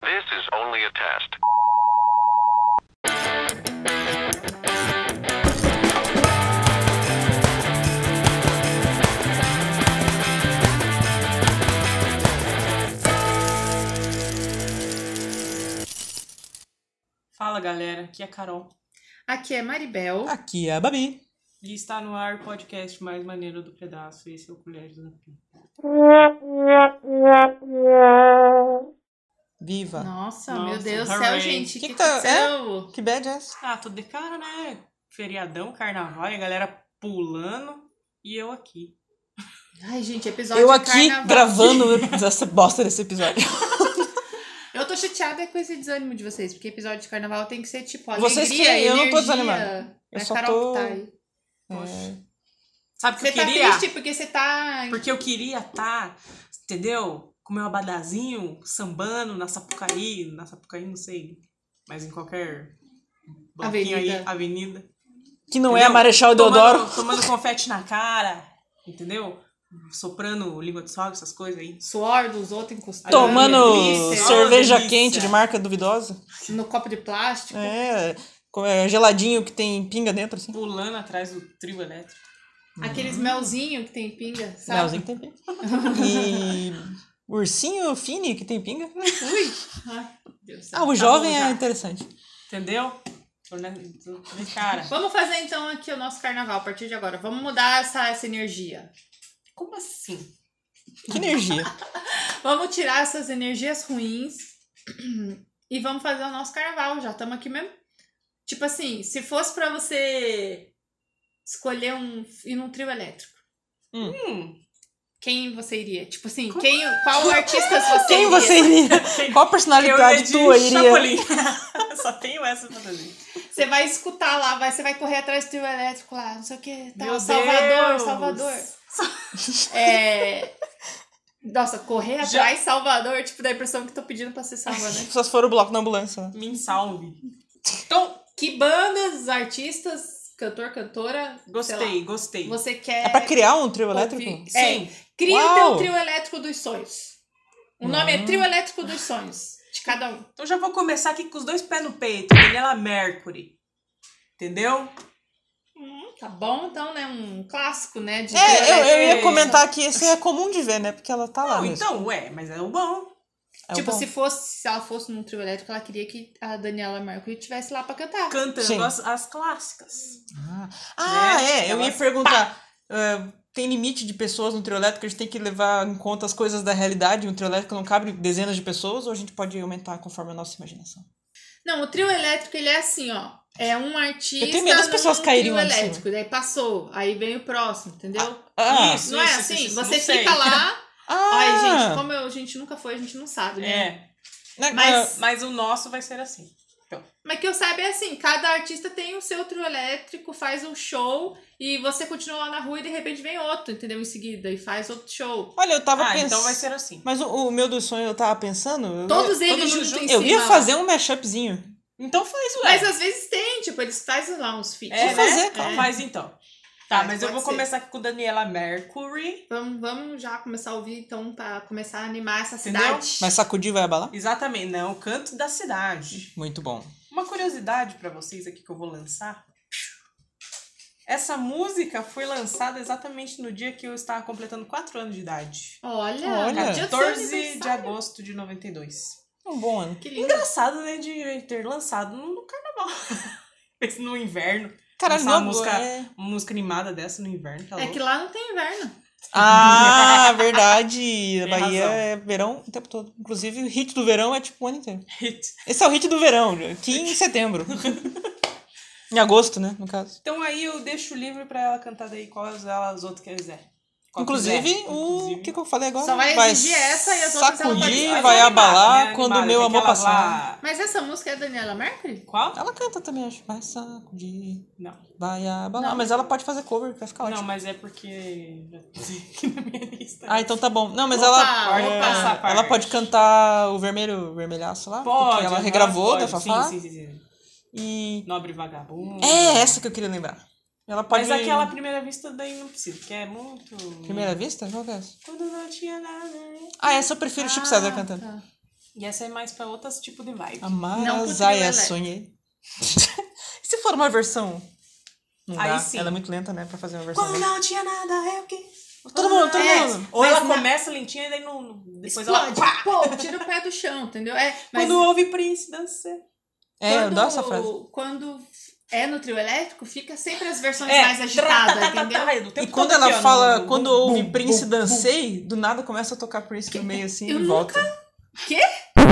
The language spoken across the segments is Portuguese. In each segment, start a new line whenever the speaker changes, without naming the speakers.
This is only a test.
Fala galera, aqui é a Carol
Aqui é Maribel.
Aqui é a Babi.
e está no ar o podcast mais maneiro do pedaço. Esse é o Colher de Zampim.
Viva.
Nossa,
Nossa,
meu Deus do
hooray.
céu, gente. O
Que
que,
que tá-
aconteceu?
Que bad é essa?
Ah, tô de cara, né? Feriadão, carnaval, e a galera pulando e eu aqui.
Ai, gente, episódio
Eu
de
aqui
carnaval.
gravando essa bosta desse episódio.
Eu tô chateada com esse desânimo de vocês, porque episódio de carnaval tem que ser tipo alegria,
Vocês que-
energia.
eu não tô desanimada. Eu
É
só
Carol
tô-
que tá aí.
Poxa. Sabe o que
Você
eu
tá
queria?
triste porque você tá...
Porque eu queria estar, entendeu? Com meu abadazinho, sambando na Sapucaí, na Sapucaí, não sei, mas em qualquer bloquinho aí,
Avenida.
avenida.
Que não é
Entendeu?
a Marechal Deodoro.
tomando, tomando confete na cara, entendeu? Soprando língua de sogra, essas coisas aí.
Suor dos outros encostando.
Tomando é
glitter,
sor-
cerveja
delícia.
quente de marca duvidosa.
No copo de plástico.
É, co- é, geladinho que tem pinga dentro, assim.
Pulando atrás do trio elétrico.
Aqueles melzinho que tem pinga, sabe?
Hum. Melzinho que tem pinga. E ursinho fini que tem pinga.
Ai, Deus do céu. Tá
Ah, o jovem é interessante.
Entendeu? Tô ne- tô de cara.
Vamos fazer então aqui o nosso carnaval a partir de agora. Vamos mudar essa, essa energia.
Como assim?
Que energia.
Vamos tirar essas energias ruins e vamos fazer o nosso carnaval. Já estamos aqui mesmo. Tipo assim, se fosse pra você escolher um ir num trio elétrico,
Hum,
quem você iria? Tipo assim, quem, qual artista você
Quem
iria?
você iria? Qual
eu ia
personalidade
de
tua iria?
Chapolin. Só tenho essa fantasia.
Você vai escutar lá, vai, você vai correr atrás do trio elétrico lá, não sei o que, tal.
Meu
Tá, Salvador,
Deus.
Salvador. É. Nossa, correr
Já-
atrás Salvador, tipo, dá a impressão que tô pedindo pra ser salva, né?
Só se for o bloco na ambulância. né?
Me salve.
Então, que bandas, artistas, cantor, cantora, sei
Gostei, gostei.
lá, você é. quer.
É pra criar um trio elétrico?
Ouvir.
Sim.
Cria o teu
Uau!
trio elétrico dos sonhos. O nome é Trio Elétrico dos Sonhos, de cada um.
Então já vou começar aqui com os dois pés no peito. Daniela Mercury. Entendeu?
Hum, tá bom, então, né? Um clássico, né? De trio
É, eu, eu
elétrico.
ia comentar que esse é comum de ver, né? Porque ela tá lá.
Não,
mesmo.
então, ué, mas é o bom.
É o
tipo,
bom.
se fosse, se ela fosse num trio elétrico, ela queria que a Daniela Mercury estivesse lá pra cantar.
Sim.
Cantando as, as clássicas.
Ah, ah,
né?
é. Eu ia
Elas-
perguntar. ah, tem limite de pessoas no trio elétrico? A gente tem que levar em conta as coisas da realidade. Um trio elétrico não cabe dezenas de pessoas ou a gente pode aumentar conforme a nossa imaginação?
Não, o trio elétrico, ele é assim, ó. É um artista.
Eu tenho medo das
num
pessoas caírem
trio
lá de cima.
elétrico, daí passou, aí vem o próximo, entendeu?
Ah,
Isso,
não é
isso,
assim?
isso, isso,
você
não sei.
fica lá.
ah,
Ai, gente, como eu- a gente nunca foi, a gente não sabe, né?
É,
né,
mas-
ah,
mas o nosso vai ser assim.
Mas que eu saiba é assim, cada artista tem o seu trio elétrico, faz um show e você continua lá na rua e de repente vem outro, entendeu? Em seguida, e faz outro show.
olha, eu tava
ah,
pensando.
então vai ser assim.
Mas o, o meu do sonho eu tava pensando. eu
Todos
ia-
eles
mundo
juntos em
Eu
cima.
ia
lá.
fazer um mashupzinho.
Então faz, ué.
Mas às vezes tem, tipo, eles fazem lá uns feats.
é, né?
né?
fazer,
É.
calma.
Faz então. Tá,
Faz,
mas eu
pode
vou
ser.
começar aqui com Daniela Mercury.
Vamos, vamos já começar a ouvir, então, pra começar a animar essa
Entendeu?
cidade.
Mas sacudir vai abalar?
Exatamente, não, o canto da cidade.
Muito bom.
Uma curiosidade pra vocês aqui que eu vou lançar. Essa música foi lançada exatamente no dia que eu estava completando 4 anos de idade.
Olha, tá
Olha.
dia do seu
14 de
aniversário.
agosto de 92.
É Um bom ano.
Que lindo.
Engraçado, né, de ter lançado no no carnaval. Esse no inverno.
Caralho,
Lançar
não,
uma música-
é-
Uma música animada dessa no inverno, tá
É
louco?
que lá não tem inverno.
Ah, verdade. A
Tem
Bahia
razão.
é verão o tempo todo. Inclusive, o hit do verão é tipo o ano inteiro.
Hit.
Esse é o hit do verão, aqui em setembro. em agosto, né, no caso.
Então aí eu deixo livre pra ela cantar daí quais elas outras que quiser. Qual
Inclusive,
quiser.
o
Inclusive,
que, que eu falei agora?
Só vai exigir essa e as outras ela
Sacudir,
vai-
vai,
Mas é animada,
abalar
né?
quando o
Animada,
meu
tem
amor
aquela
passar.
lá-
Mas essa música é da Daniela Mercury?
Qual?
Ela canta também, acho. Vai sacudir,
Não.
vai abalar.
Não.
Mas ela pode fazer cover, vai ficar
Não,
ótimo.
mas é porque já tem aqui na minha lista.
Ah, então tá bom. Não, mas
Opa,
ela.
pode
é,
passar a parte.
ela pode cantar o vermelho, o vermelhaço lá.
Pode.
porque ela
aham,
regravou né,
pode.
da Fafá.
Sim, sim, sim, sim.
E
Nobre vagabundo.
É essa que eu queria lembrar. Ela pode.
Mas aquela primeira vista daí não precisa, porque é muito.
Primeira vista? Qual que é essa?
Quando não tinha nada.
Ah, essa eu prefiro Chico César
Ah,
cantando.
tá.
E essa é mais pra outros tipo de vibe.
Não pro
Amarazaya
trio
sonhei. e se for uma versão? Não
Aí
dá.
sim.
Ela é muito lenta, né? Pra fazer uma versão.
Quando
dela.
não tinha nada, é o que.
Todo mundo, todo
É,
mundo.
Ou
Mas
ela
na-
começa lentinha e daí não. não- Depois ela.
Explode.
Pá!
Pô, tira o pé do chão, entendeu? É, mas
Quando ouve Prince dança.
É, eu
quando,
adoro essa frase.
Quando é no trio elétrico, fica sempre as versões
É,
mais agitadas,
tá, tá, tá,
entendeu? É
tá, do
E
tempo
quando
todo
ela
aqui, ó,
fala,
né?
no-
quando
no-
ouve
bum,
Prince
bum,
dancei, do nada começa a tocar Prince no meio assim
Eu
e volta.
Quê?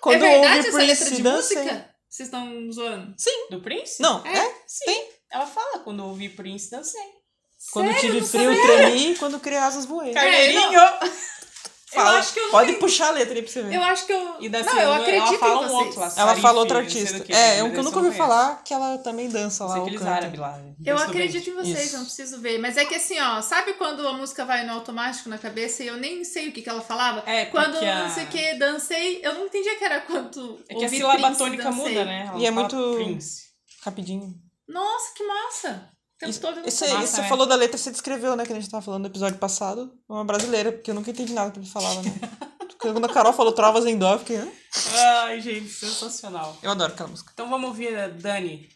Quando
é verdade
ouve
essa
Prince
letra de
dancei.
música? Vocês estão zoando?
bum. Do Prince?
Não,
É?
é.
Sim.
tem.
Ela fala, quando ouvi Prince dancei.
Quando
Sério?
tive frio, tremi, quando criei asas voei.
Carneirinho!
Fala.
acho que eu não
Pode
tenho-
puxar a letra aí pra você ver.
Eu acho que eu.
E da
não,
segunda,
eu
ela
acredito
fala
em
um
vocês.
outro lá.
Ela
Sarif,
falou outra
não sei
artista.
do que,
É, é
mas
um que eu
eu
nunca
só
ouvi
conheço.
falar, que ela também dança lá.
Sei
ou
que eles
canta.
árabes lá. né?
Eu
Isso do bem.
acredito em vocês,
Isso.
não preciso ver. Mas é que assim, ó, sabe quando a música vai no automático na cabeça e eu nem sei o que, que ela falava?
É,
Quando
porque a-
não sei o que, dancei, eu não entendia que era quanto.
É que
ouvi
a sílaba
Prince,
tônica
dancei.
muda, né? Ela
E é
fala
muito-
Prince.
Rapidinho.
Nossa, que massa! O tempo todo eu
Esse,
não-
Massa,
esse você
né?
falou da letra, você descreveu, né? Que a gente tava falando no episódio passado. Uma brasileira, porque eu nunca entendi nada que ele falava, né? Quando a Carol falou Trovas em Dó, eu fiquei... "Hã?"
Ai, gente, sensacional.
Eu adoro aquela música.
Então vamos ouvir a Dani.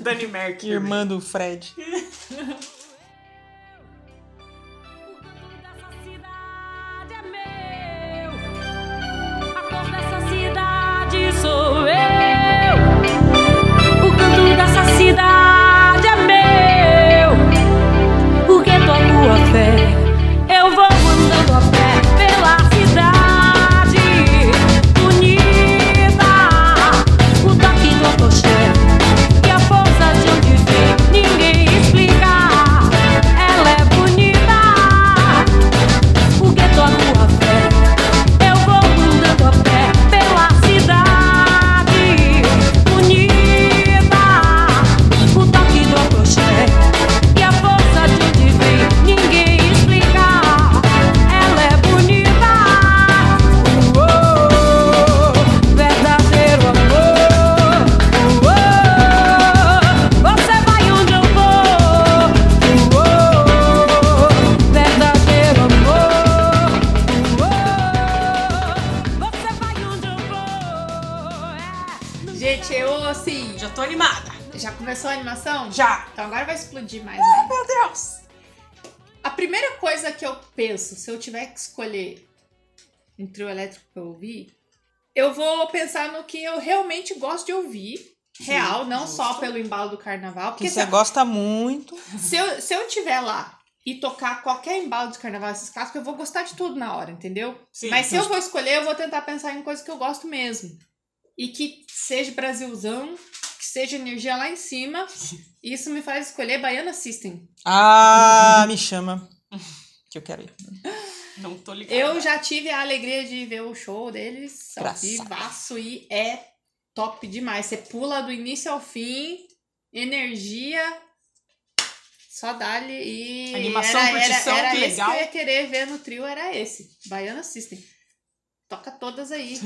Dani Mercury.
Irmã do Fred.
O canto dessa cidade é meu. A cor dessa cidade sou eu. O canto dessa cidade é meu. Porque toco a fé. Eu vou andando a pé pela cidade bonita. O toque do apochete. E a força de onde vem, ninguém explica. Ela é bonita, porque toco a fé. Eu vou andando a pé pela cidade. Bonita, o toque do aproxé. E a força de onde vem, ninguém explica. Ela é bonita. Uh, Uou, verdadeiro amor. Uou, Você vai onde eu vou. Uou, Verdadeiro amor. Uou, Você vai onde eu vou. É.
Gente, eu assim.
Já tô animada.
Já começou a animação?
Já.
Então agora vai explodir mais. ainda.
Meu Deus.
A primeira coisa que eu penso, se eu tiver que escolher um trio elétrico que eu ouvi, eu vou pensar no que eu realmente gosto de ouvir. Real, não só pelo embalo do carnaval.
Que
Porque se
você
eu,
gosta muito.
se, eu, se eu tiver lá e tocar qualquer embalo de carnaval, esses cascos, eu vou gostar de tudo na hora, entendeu?
Sim,
Mas se eu vou escolher, eu vou tentar pensar em coisa que eu gosto mesmo. E que seja Brasilzão, que seja energia lá em cima. Isso me faz escolher Baiana System.
Ah, me chama. Que eu quero ir.
Não tô ligada.
Eu já tive a alegria de ver o show deles ao
Graças.
vivaço e é top demais. Você pula do início ao fim, energia, só dá-lhe e.
Animação,
era,
curtição,
era, era
que
esse
legal.
que eu ia querer ver no trio, era esse. Baiana System. Toca todas aí.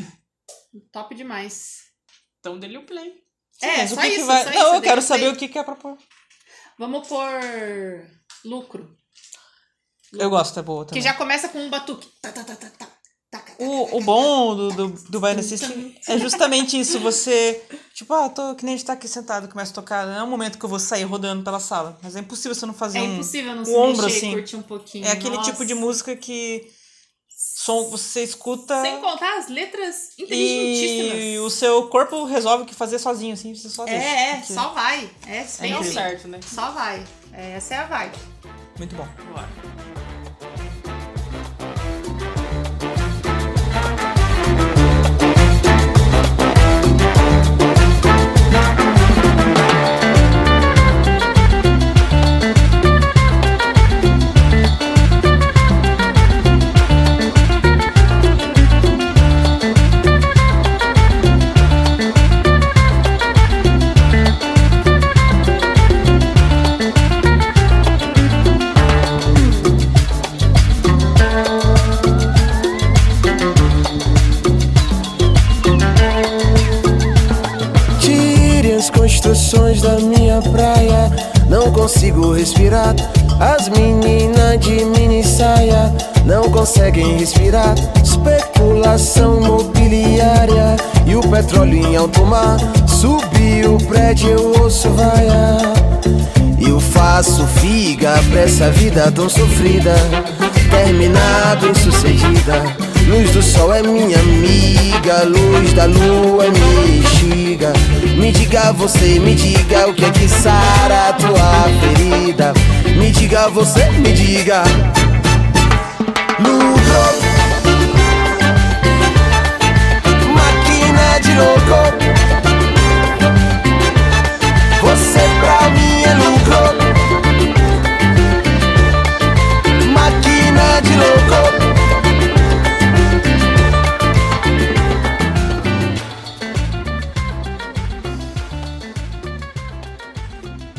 top demais.
Então dele o play.
É,
Mas
só
o que que
isso,
vai...
só
Não,
isso,
eu quero
daí
saber
tem-
o que que é pra pôr.
Vamos por lucro.
Eu gosto, é boa
Que
também.
já começa com um batuque. Tá, tá, tá, tá, tá, tá, tá,
O, o bom do, do, do Baiana System é justamente isso, você, tipo, ah, tô que nem a gente tá aqui sentado, começa a tocar, não é um momento que eu vou sair rodando pela sala, mas é impossível você não fazer
É
um...
impossível não
um
se
ombro,
mexer e
assim.
curtir um pouquinho.
É aquele
Nossa.
tipo de música que som você escuta
Sem contar as letras
e o
inteligentíssimas.
seu corpo resolve o que fazer sozinho, assim, você só deixa.
É, é,
porque-
só vai. É, bem
incrível.
Deu
assim.
certo, né?
Só vai. É, essa é a vibe.
Muito bom.
Bora.
Tire as construções da minha praia. Não consigo respirar. As meninas de mini saia não conseguem respirar. Especulação mobiliária e o petróleo em alto mar. Subiu o prédio, eu ouço vaiar. Eu faço figa pra essa vida tão sofrida. Terminado, sucedida. Luz do sol é minha amiga, luz da lua é minha bexiga. Me diga você, me diga o que é que sara a tua ferida. Me diga você, me diga. Ludo, máquina de louco. Você pra mim é lucro. Máquina de louco.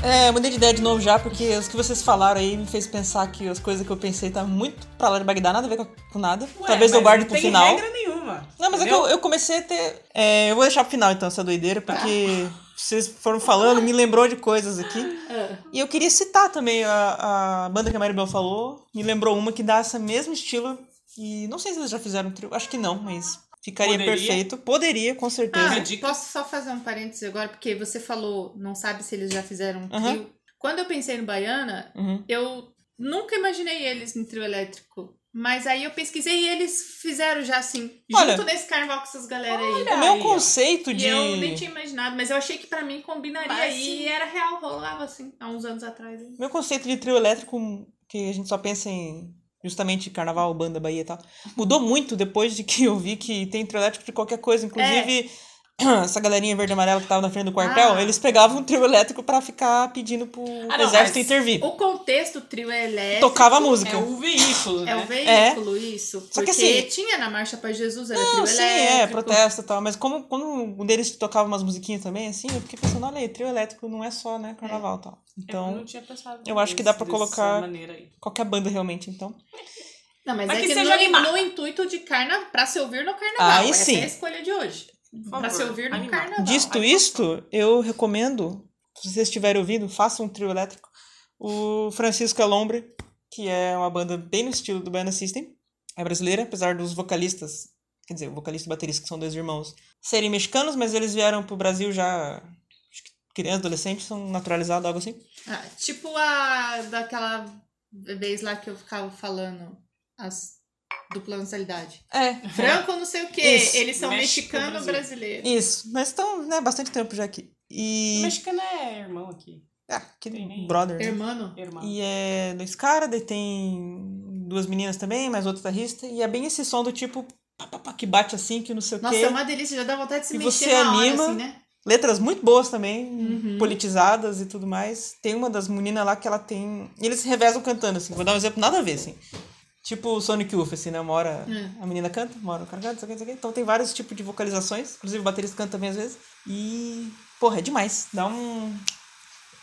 É, mudei de ideia de novo já, porque os que vocês falaram aí me fez pensar que as coisas que eu pensei tá muito pra lá de Bagdá, nada a ver com, com nada.
Ué,
Talvez eu
mas
guarde
não
pro
tem
final.
regra nenhuma.
Não, mas é que
Ah,
eu, eu comecei a ter. é, eu vou deixar pro final então essa doideira, porque vocês foram falando, me lembrou de coisas aqui.
Ah,
E eu queria citar também a, a banda que a Maribel falou, me lembrou uma que dá esse mesmo estilo. E não sei se eles já fizeram um trio, acho que não, mas ficaria
Poderia.
perfeito. Poderia, com certeza.
Minha dica.
posso só fazer um parênteses agora, porque você falou, não sabe se eles já fizeram um
Aham.
trio. Quando eu pensei no Baiana,
Ah.
Uhum.
eu nunca imaginei eles no trio elétrico. Mas aí eu pesquisei e eles fizeram já assim,
Olha.
junto nesse carnaval com essas galera aí.
O meu
Ah, Aí, ó. é um
conceito
E
de.
eu nem tinha imaginado, mas eu achei que pra mim combinaria
Mas,
e era real, rolava assim, há uns anos atrás. hein?
Meu conceito de trio elétrico, que a gente só pensa em justamente carnaval, banda, Bahia e tal, mudou muito depois de que eu vi que tem trio elétrico de qualquer coisa. Inclusive, essa galerinha verde e amarela que tava na frente do quartel,
Ah.
eles pegavam um trio elétrico pra ficar pedindo pro
Ah, não, mas
exército intervir.
O contexto trio é elétrico.
Tocava a música.
É um veículo, né?
É o veículo, isso.
Só
porque
que assim-
tinha na Marcha para Jesus, era
Não,
trio
sim,
elétrico.
é, protesto e tal. Mas como quando um deles tocava umas musiquinhas também, assim, eu fiquei pensando, olha aí, trio elétrico não é só, né, carnaval e tal.
eu não
Então,
tinha pensado
eu acho que dá pra
desse-
colocar-
Dessa maneira aí.
qualquer banda realmente, então.
Não, mas,
Mas
é
que
que,
seja
no,
animado.
no intuito de carna, pra se ouvir no carnaval.
Aí
Essa
sim.
é a escolha de hoje.
Por
pra
favor,
se ouvir no
animado.
carnaval.
Disto isto, eu recomendo, se vocês estiverem ouvindo, façam um trio elétrico. O Francisco Alombre, que é uma banda bem no estilo do Baiana System, é brasileira, apesar dos vocalistas, quer dizer, o vocalista e o baterista, que são dois irmãos, serem mexicanos, mas eles vieram pro Brasil já, acho que criança, adolescente, são naturalizados, algo assim.
Ah, tipo a daquela vez lá que eu ficava falando as do plano de sanidade.
É,
Franco, não sei o quê.
Isso.
Eles são
México,
mexicano
Brasil.
brasileiro.
isso. Mas estão, né, bastante tempo já aqui.
O
E...
mexicano é irmão aqui.
Ah, que
Tem nem-
brother. né?
Hermano.
Irmão.
E é dois caras, daí tem duas meninas também, mais outro guitarrista. E é bem esse som do tipo pá, pá, pá, que bate assim, que não sei
Nossa,
o quê.
é uma delícia, já dá vontade de se
E
mexer
você
na
anima.
hora, assim, né?
Letras muito boas também,
Uhum.
politizadas e tudo mais. Tem uma das meninas lá que ela tem. e Eles se revezam cantando, assim. Vou dar um exemplo nada a ver, assim. Tipo o Sonic Youth, assim, né? Uma hora
É.
a menina canta, uma hora o cara canta, não sei o quê, não sei o quê. Então tem vários tipos de vocalizações. Inclusive o baterista canta também às vezes. E. Porra, é demais. Dá um.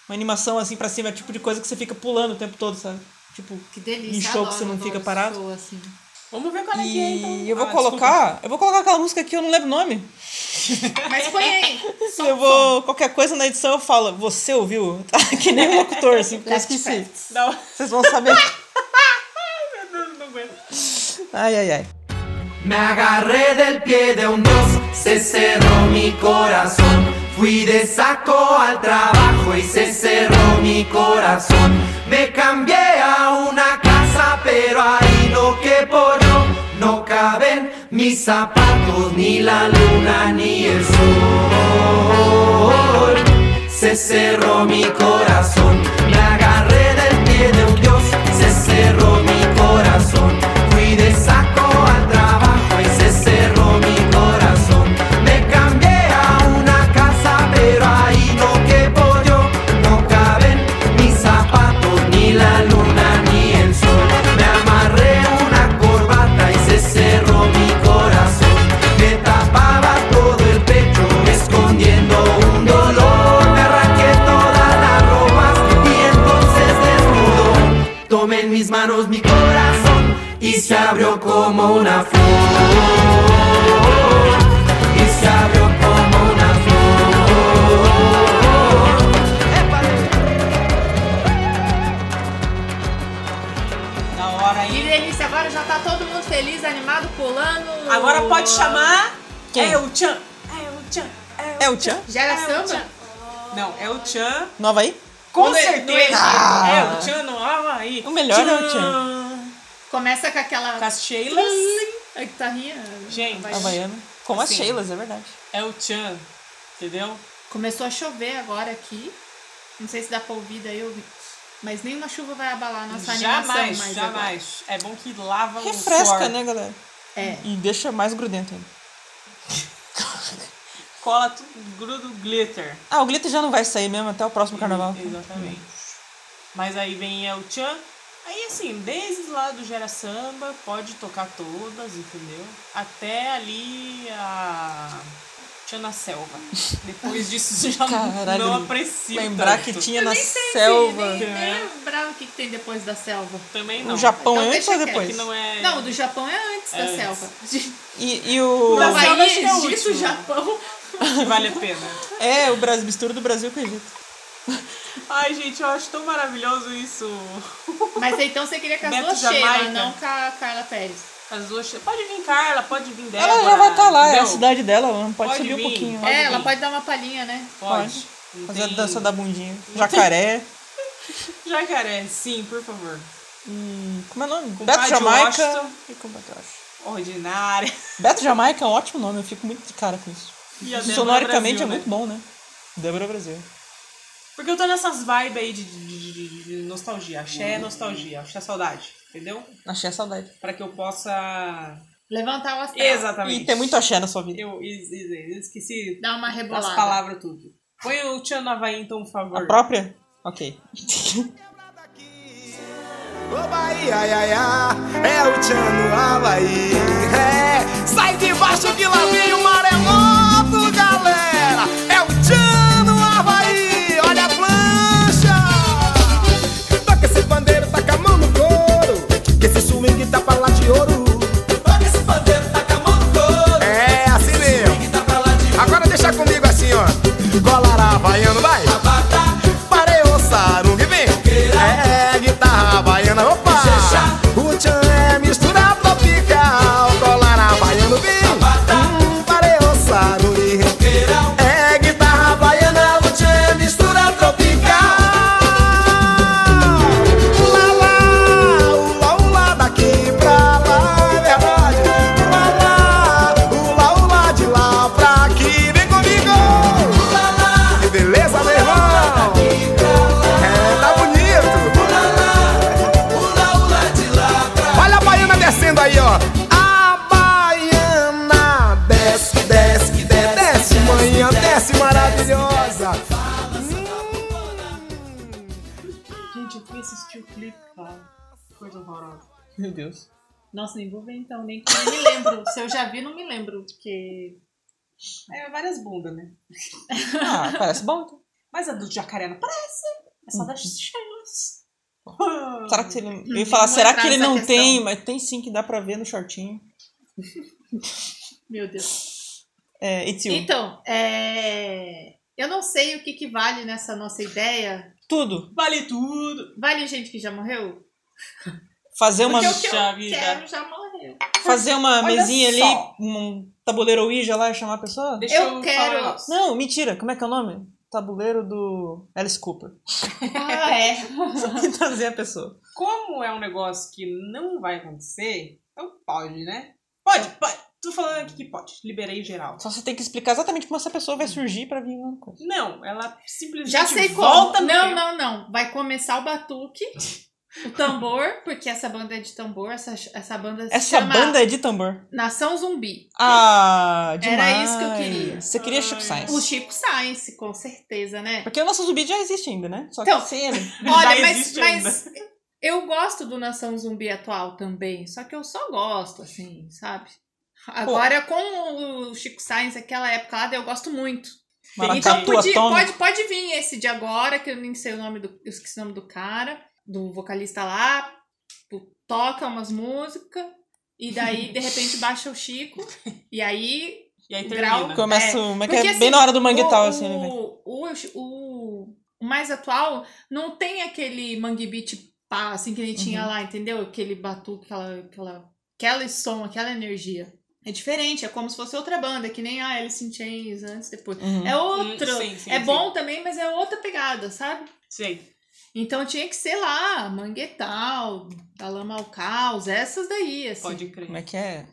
Uma animação assim pra cima, é o tipo de coisa que você fica pulando o tempo todo, sabe? Tipo,
Que delícia.
Em show que
adoro,
você não fica
adoro
parado.
show, assim.
Vamos ver qual é que é, então.
E eu vou
Ah,
colocar. Eu vou colocar aquela música que eu não lembro o nome.
Mas põe aí. Só
eu vou. Qualquer coisa na edição eu falo, você ouviu? Tá? Que nem o locutor, assim, porque eu
Last
esqueci.
Facts.
Não,
Vocês vão saber.
não, não aguento.
Ai, ai, ai.
Me agarré del pie de un dios, se cerró mi corazón. Fui de saco al trabajo y se cerró mi corazón. Me cambié a una casa, pero ahí lo que por no, no caben mis zapatos, ni la luna, ni el sol. Se cerró mi corazón, me agarré del pie de un dios, se cerró mi corazón. Fui de saco al trabajo y se cerró mi corazón. Me cambié a una casa, pero ahí no quepo yo. No caben mis zapatos, ni la luna, ni el sol. Me amarré una corbata y se cerró mi corazón. Me tapaba todo el pecho, escondiendo un dolor. Me arranqué todas las ropas y entonces desnudo. Tomé en mis manos mi corazón y se abrió como una flor. Y se abrió como una flor.
Na hora
Que delícia, agora já tá todo mundo feliz, animado, pulando.
Agora pode chamar.
Quem?
É o Tchan. É o Tchan.
É o Tchan?
Já era
É o
samba?
Não, é o Tchan.
Nova aí?
Com
No E- no
certeza.
Egito.
É o Tchan no Havaí.
O melhor é o
Tchan.
Começa com aquela
Com as Sheilas.
a guitarrinha.
Gente,
tá vai-
Havaiano. Com as
Assim.
Sheilas, é verdade.
É o Tchan. Entendeu?
Começou a chover agora aqui. Não sei se dá pra ouvir daí, eu... mas nenhuma chuva vai abalar a nossa
jamais,
animação mais agora.
jamais. É bom que lava o
Refresca,
suor.
né, galera?
É.
E deixa mais grudento ainda.
Cola tudo, gruda o glitter.
Ah, o glitter já não vai sair mesmo até o próximo carnaval.
Exatamente. Mas aí vem El Chan. Aí assim, desde lá do Gera Samba, pode tocar todas, entendeu? Até ali a Tchan na Selva. Depois disso já
Caralho,
não aprecio.
Lembrar
tanto.
que tinha na
Nem
selva.
lembrava o que, que tem depois da selva.
Também não.
O Japão
Então
antes
deixa
ou
quieto,
que
depois?
não é.
Não, o do Japão é antes da
É
selva.
E, e o.
O
Não, selva
Havaí,
acho que é o
Egito,
último.
Japão.
que vale a pena.
É, o Brasil, mistura do Brasil com o Egito.
Ai, gente, eu acho tão maravilhoso isso.
Mas então você queria com as
Beto
duas Sheila,
Jamaica.
não com a Carla Pérez.
As duas. Pode vir Carla, pode vir Débora.
Ela já vai estar lá, é a
entendeu?
cidade dela, ela não pode,
Pode
subir um
vir.
pouquinho.
Pode
é, ela
vir.
pode dar uma palhinha, né?
Pode. Não
Fazer a
tem-
dança da bundinha. Jacaré.
Jacaré, sim, por favor.
E. Como é o nome?
Compadre
Beto Jamaica.
Washington.
E compadre Washington.
Ordinária.
Beto Jamaica é um ótimo nome, eu fico muito de cara com isso.
E a Débora
Sonoricamente
Brasil,
é
né?
muito bom, né? Débora Brasil.
Porque eu tô nessas vibes aí de, de, de- de nostalgia. Axé é nostalgia, axé é saudade. Entendeu?
Achei a saudade.
Pra que eu possa.
Levantar o astral.
Exatamente.
E tem muito axé na sua vida.
Eu, is- is- eu esqueci
Dar uma
as
rebolada.
palavras tudo. Põe o Tchan no Havaí, então, por favor.
A própria? Ok.
Ô Bahia, ai, ai, ai, é o Tchano Havaí. É, sai debaixo que lá vem o maremoto, galera. É o Tchano Havaí, olha a plancha. Toca esse pandeiro, taca a mão no couro. Que esse swing tá pra lá de ouro.
Toca esse pandeiro, taca a mão no couro.
Eh.
É, assim mesmo.
Que tá pra lá de
Agora deixa comigo assim, ó. Colar havaiano, vai.
bata.
Parei o sarung, vem É, guitarra baiana, opa O tchan é mistura tropical Colar havaiano, vem hum, Parei o sarung É guitarra baiana, o tchan é mistura tropical Lá, lá, o lá, o lá daqui pra lá, é verdade Lá, lá, o lá, o lá de lá pra aqui Vem comigo que beleza, meu irmão! É, tá bonito! Olha a baiana descendo aí, ó! A baiana desce, desce, desce, desce, manhã, desce maravilhosa! Hum.
Gente, eu fui assistir o clipe, cara. Coisa horrorosa.
Meu Deus.
Nossa, nem vou ver então, nem que eu me lembro. Se eu já vi, não me lembro. Porque.
É, várias bundas, né?
Ah, parece bom. então.
Mas a do jacaré não parece. É só
Uhum.
das chamas.
Será que ele... Eu
tem
ia falar,
como
será
entrar
que ele
nessa
não
questão.
tem? Mas tem sim que dá pra ver no shortinho.
Meu Deus.
É, It's You.
Então, é. Eu não sei o que, que vale nessa nossa ideia.
Tudo.
Vale tudo.
Vale gente que já morreu?
Fazer uma,
Porque o que
Puxa
eu
vida.
quero já morreu.
fazer uma
Olha
mesinha
só.
ali, um tabuleiro Ouija lá e chamar a pessoa?
Deixa
Eu
eu,
quero-
falar um negócio.
Não, mentira. Como é que é o nome? Tabuleiro do Alice Cooper.
Ah, é.
Tem que trazer a pessoa.
Como é um negócio que não vai acontecer, então pode, né? Pode, pode. Tô falando aqui que pode. Liberei geral.
Só você tem que explicar exatamente como essa pessoa vai surgir pra vir uma coisa.
Não, ela simplesmente
Já sei como.
volta no
Não,
tempo.
não, não. Vai começar o batuque, o tambor, porque essa banda é de tambor, essa, essa banda se
Essa
chama
banda é de tambor.
Nação Zumbi.
Ah, demais.
Era isso que eu queria.
Você queria Chico
Ai.
Sainz.
O Chico Sainz, com certeza, né?
Porque o nosso zumbi já existe ainda, né? Só que
Então,
sem ele.
Olha,
Já
mas,
existe
mas eu gosto do Nação Zumbi atual também, só que eu só gosto, assim, sabe? Agora, com o Chico Sainz, aquela época lá, eu gosto muito. Então,
Maracatu,
podia-
Atômico.
pode, pode vir esse de agora, que eu nem sei o nome do... Eu esqueci o nome do cara, do vocalista lá, tipo, toca umas músicas, e daí, de repente, baixa o Chico, e aí
E aí
O
termina.
grau-
Começa o. Mas que
Porque,
é
assim,
bem na hora do mangue
o-
tal, assim, né? velho?
o, o, o mais atual não tem aquele mangue beat pá, assim que nem tinha
Uhum.
lá, entendeu? Aquele batuque, aquela, aquela, aquele som, aquela energia. É diferente, é como se fosse outra banda, que nem a Alice in Chains antes, depois.
Uhum.
É outro.
sim, sim,
é
sim.
bom também, mas é outra pegada, sabe?
Sei.
Então tinha que ser lá, Manguetal, Dalama ao Caos, essas daí, assim.
Pode crer.
Como é que é?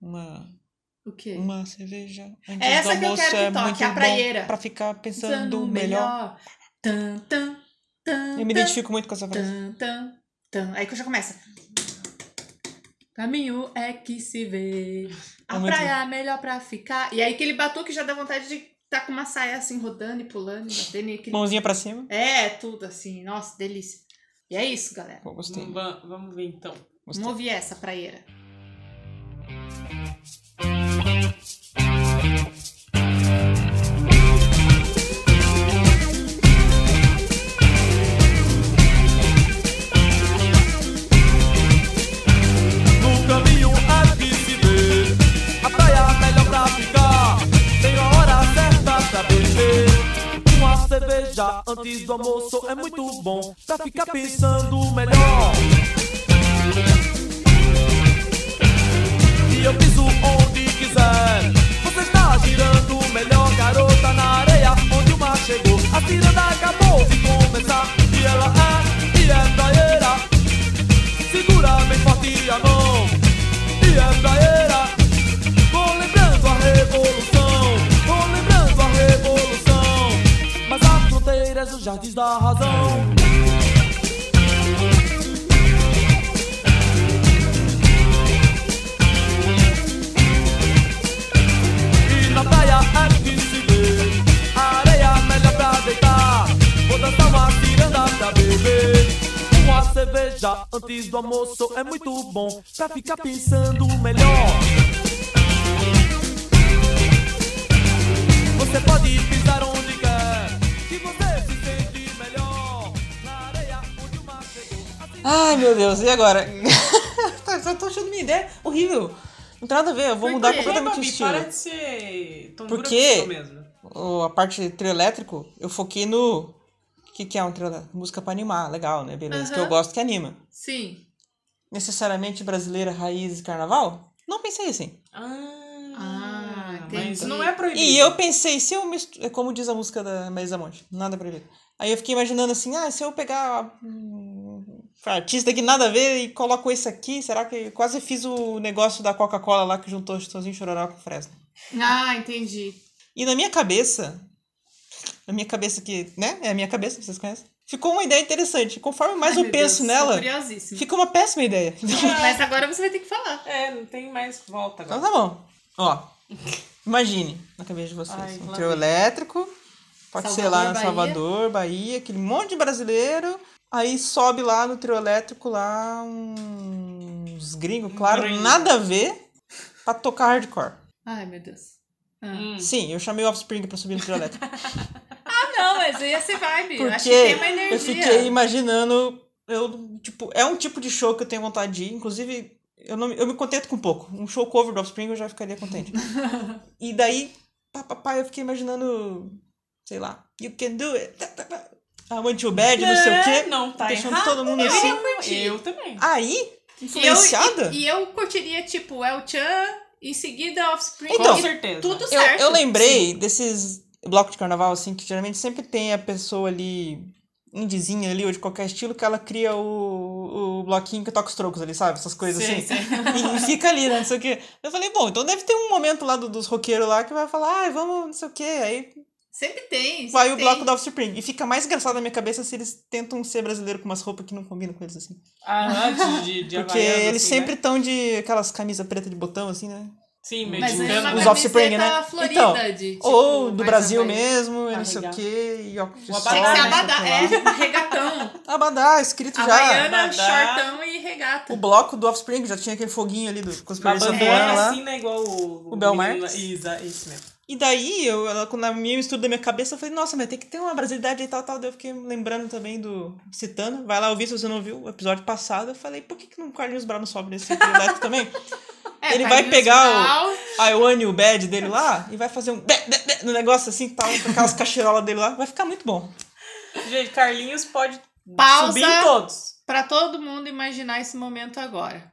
Uma,
O quê?
uma cerveja antes
É essa
do
que eu
almoço
quero que
é
toque,
muito
a
bom
praieira.
Pra ficar pensando,
Pensando
melhor.
Tan, tan, tan,
Eu me
tan,
identifico muito com essa frase.
Tan, tan, tan. Aí que eu já começa. Caminho é que se vê. A
É muito
praia é melhor pra ficar. E aí aquele batuque já dá vontade de tá com uma saia assim, rodando e pulando, e batendo. E aquele...
Mãozinha pra cima.
É, tudo assim. Nossa, delícia. E é isso, galera.
Pô, gostei.
Va- vamos ver então.
gostei.
Vamos ouvir essa praieira.
No caminho é que se vê A praia melhor pra ficar Tem a hora certa pra beber Uma cerveja antes do almoço é muito bom Pra ficar pensando melhor E eu piso onde quiser Você está girando melhor Garota na areia onde o mar chegou A tirada acabou de começar E ela é, e é praieira Segura bem forte a mão E é praeira Vou lembrando a revolução Vou lembrando a revolução Mas as fronteiras dos jardins da razão E na praia é que se vê A areia melhor pra deitar Vou dançar uma ciranda pra beber Uma cerveja antes do almoço é muito bom Pra ficar pensando melhor Você pode pisar onde quer Que você se sente melhor Na areia onde o mar chegou
Ai, meu Deus, e agora? Tá, Só tô achando minha ideia horrível. Não tem nada a ver, eu vou
Por
mudar
quê?
Ô,
completamente o
Babi,
estilo.
para de ser tão dura
Por quê?
consigo mesmo.
O- a parte trio elétrico, eu foquei no. O que, que é um trio elétrico? Música pra animar, legal, né? Beleza, que eu
Aham.
gosto que anima.
Sim.
Necessariamente brasileira, raiz e carnaval? Não pensei assim.
Ah,
Ah,
mas
entendi.
não é proibido.
E eu pensei, se eu mistu- é Como diz a música da Marisa Monte, nada proibido. Aí eu fiquei imaginando assim, ah, se eu pegar hum, artista que nada a ver e coloco esse aqui, será que eu quase fiz o negócio da Coca-Cola lá que juntou Chitãozinho e Chororó com Fresno?
Ah, entendi.
E na minha cabeça, na minha cabeça que, né? É a minha cabeça, vocês conhecem. Ficou uma ideia interessante. Conforme mais
Ai,
eu
meu Deus,
penso
tô
um nela,
Curiosíssima.
fica uma péssima ideia.
Mas agora você vai ter que falar.
É, não tem mais volta
Então
agora.
tá bom. Ó, imagine na cabeça de vocês.
Ai,
um
lá
trio
vem.
elétrico, pode ser
Salvador,
lá no
Bahia.
Salvador, Bahia, aquele monte de brasileiro. Aí sobe lá no trio elétrico lá um, uns gringos, claro,
gringo.
nada a ver, pra tocar hardcore.
Ai, meu Deus. Ah.
Hum.
Sim, eu chamei o Offspring pra subir no trio elétrico.
Ah, não, mas ia ser vibe.
Porque
Acho que tem uma energia.
eu fiquei imaginando. Eu, tipo, é um tipo de show que eu tenho vontade de ir. Inclusive, eu, não, eu me contento com pouco. Um show cover do Offspring eu já ficaria contente. e daí, pá, pá, pá, eu fiquei imaginando, sei lá, You Can Do It, tá, tá, tá. I Want You Bad, não sei o
É,
quê.
Não, tá
deixando
errado.
todo
né?
mundo assim.
Eu, eu também.
Aí,
E eu-
influenciada,
E, e eu curtiria, tipo, El Chan, em seguida Offspring.
Então,
Com
e
certeza.
tudo
eu,
certo.
eu lembrei desses blocos de carnaval, assim, que geralmente sempre tem a pessoa ali, indizinha ali, ou de qualquer estilo, que ela cria o, o bloquinho que toca os trocos ali, sabe? Essas coisas
Sei,
assim.
sei.
E fica ali, né? Não sei o quê. Eu falei, bom, então deve ter um momento lá do- dos roqueiros lá que vai falar, ah, vamos, não sei o quê. Aí
Sempre tem. sempre
vai o
tem.
bloco do Offspring. E fica mais engraçado na minha cabeça se eles tentam ser brasileiro com umas roupas que não combinam com eles, assim.
Ah, de, de, de
Porque
Havaianas,
eles
assim,
sempre
né?
estão de aquelas camisas preta de botão, assim, né?
Sim, meio
Mas
de
é uma
Os
cano.
off- Offspring,
camiseta
né?
florida
Então,
de, tipo,
Ou do
mais
Brasil
Havaí.
mesmo, e não sei o
Arregar.
quê, e óculos de
O
sol.
abadá,
Tinha que ser
não sei
abadá,
o que lá.
é, regatão.
Abadá, escrito já.
Havaiana,
abadá.
shortão e regata.
O bloco do Offspring já tinha aquele foguinho ali do conspirador
Babandona,
lá.
assim, né? Igual o...
O Belmar.
menino lá. Isso, é, isso mesmo.
E daí, eu, ela, quando na minha mistura da minha cabeça, eu falei, nossa, mas tem que ter uma brasilidade e tal, tal. Daí eu fiquei lembrando também do. citando. Vai lá ouvir se você não viu o episódio passado. Eu falei, por que, que não Carlinhos Brown não sobe nesse trio elétrico também?
É,
Ele
Carlinhos
vai pegar o-
Brown,
Aí o Annie, o bad dele lá, e vai fazer um. bé, bé, bé no negócio assim tal, com aquelas cachirolas dele lá. Vai ficar muito bom.
Gente, Carlinhos pode
Pausa.
subir em todos.
Pra todo mundo imaginar esse momento agora.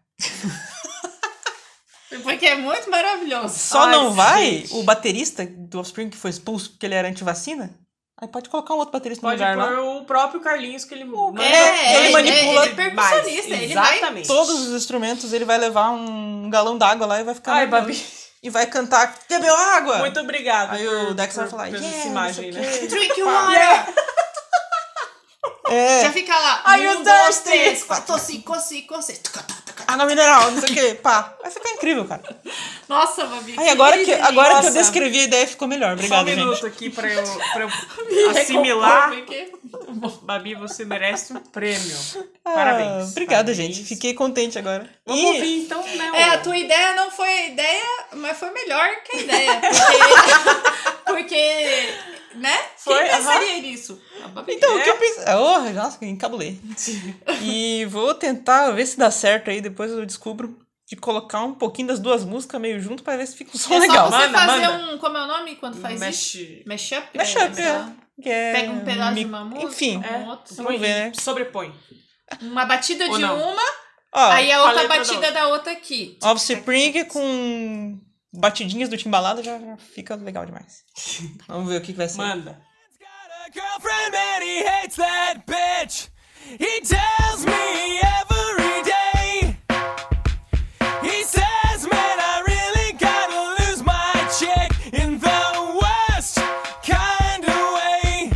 Porque é muito maravilhoso.
Só
Ai,
não vai
gente.
o baterista do Offspring que foi expulso porque ele era antivacina? Aí pode colocar um outro baterista no
Pode
lugar lá.
pôr o próprio Carlinhos que ele manda.
é, ele manipula
ele é percussionista,
mais.
ele vai...
Exatamente.
Todos os instrumentos, ele vai levar um galão d'água lá e vai ficar.
Ai,
bebendo.
Babi.
E vai cantar: Bebeu água!
Muito obrigada.
Aí
por-
o Dex vai
por-
falar:
por
Yeah,
essa
não sei
imagem,
o
né? um
quê."
Drink water! Já
É,
fica lá.
Are you
um, dois,
thirsty?
três, quatro, cinco, cinco, seis. Tuca, tuca, tuca.
"Ah,
água mineral, não sei o quê, pá. Vai ficar incrível, cara.
Nossa, Babi.
Aí agora que, agora que eu
Nossa.
descrevi a ideia, ficou melhor.
Só um
Obrigado, gente.
minuto aqui pra eu, pra eu assimilar.
Porque-
Babi, você merece um prêmio.
Ah,
Parabéns.
Obrigada,
Parabéns.
gente. Fiquei contente agora.
Vamos
E-
ouvir então, né?
É, a
o-
tua ideia não foi a ideia, mas foi melhor que a ideia. Porque, porque né?
Foi,
Quem
aham.
pensaria nisso? A Babi.
Então, o
É.
que eu pensei. Oh, nossa, que encabulei. e vou tentar ver se dá certo aí, depois eu descubro de colocar um pouquinho das duas músicas meio junto pra ver se fica um som
é
legal.
só você
Manda,
fazer
manda.
um... Como é o nome quando faz isso?
Mexe.
Mashup?
Mashup,
né?
Que é
Pega um pedaço de
mi-
uma música,
Enfim,
um outro.
Vamos ver, né?
Sobrepõe.
é. Uma batida
Ou
de
não.
uma,
ó,
aí a
paleta
outra
da
batida
outra.
da outra aqui.
Offspring com batidinhas do Timbalada já, já fica legal demais. Vamos ver o que, que vai ser.
Manda.
Got a girlfriend, man, he hates that bitch. He tells me every day. He says, man, I really gotta lose my chick in the worst kind of way.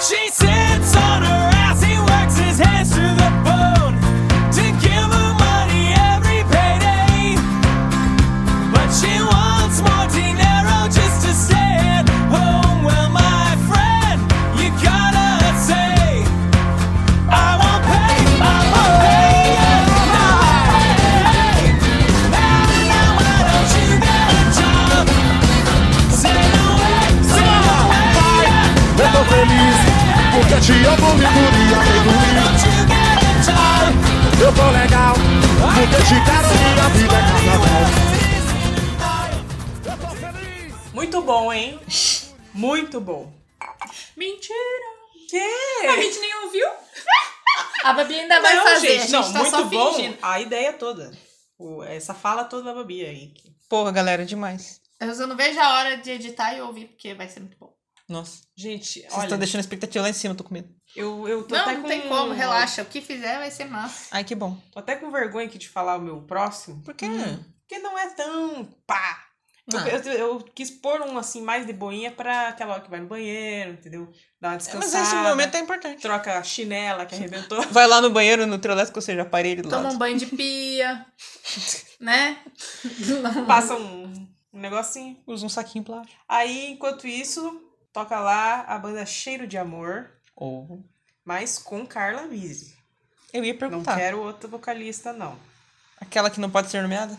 She sits on her ass, he works his hands to the bone to give her money every payday. But she wants more dinero just to stay at home. Well, my friend, you gotta say, I won't pay, I won't pay. it. No, hey, hey, now why don't you get a job? Say no way, say no way.
Eu tô feliz porque te amo, me e
Why
aleluia.
don't you get a job?
Eu tô legal porque te quero, minha vida é carnaval.
Muito bom, hein? Muito bom.
Mentira! A
Que?
gente nem ouviu. A Babi ainda vai
não,
fazer,
gente,
a gente
não,
tá
muito
só
bom
fingindo.
a ideia toda. O- essa fala toda da Babi aí.
Porra, galera, é demais.
Eu só não vejo a hora de editar e ouvir, porque vai ser muito bom.
Nossa,
Gente,
vocês
olha,
estão deixando a expectativa lá em cima, tô com medo.
eu, eu tô
não,
até
não
com...
tem como, relaxa. O que fizer vai ser massa.
Ai, que bom.
Tô até com vergonha aqui de falar o meu próximo,
Por quê?
porque não é tão pá. Eu-
Ah.
Eu, eu quis pôr um assim mais de boinha pra aquela hora que vai no banheiro, entendeu? Dá uma descansada.
Mas esse momento é importante.
Troca a chinela que arrebentou.
Vai lá no banheiro, no trio elétrico, ou seja, aparelho do
Toma
lado.
um banho de pia, né?
passa um, um negocinho.
Usa um saquinho plástico.
Aí, enquanto isso, toca lá a banda Cheiro de Amor,
Ou...
mas com Carla Mizzi.
Eu ia
Não
perguntar.
quero outra vocalista, não.
Aquela que não pode ser nomeada?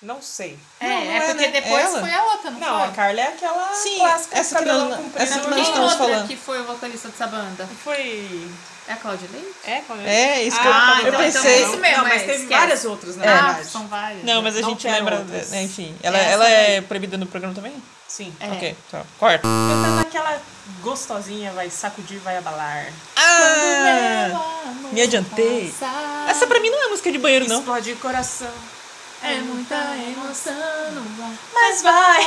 Não sei.
É,
Não, não
é
é,
porque
né?
depois
Ela?
foi a outra, não,
Não, a
foi?
Carla é aquela
Sim,
clássica
essa que
cabelão
nós-
comprido.
essa que nós
Quem
estamos
outra
falando.
que foi o vocalista dessa banda?
Foi...
É a Claudia Leite?
É, quando
É, isso que eu-
Ah,
eu,
então- então
pensei.
é isso mesmo,
Não, mas
é,
teve
esquece.
várias outras, na
Ah,
verdade.
são várias. né?
Não, mas a
Não
gente
quero
lembra.
outras.
né, Enfim, ela,
Essa
ela
daí.
é proibida no programa também?
Sim.
É.
Ok, tá. Corta.
Cantando aquela gostosinha, vai sacudir, vai abalar.
Ah! Me adiantei.
Passar,
Essa pra mim não é música de banheiro, não.
Explode o coração.
É muita emoção no ar.
Mas vai!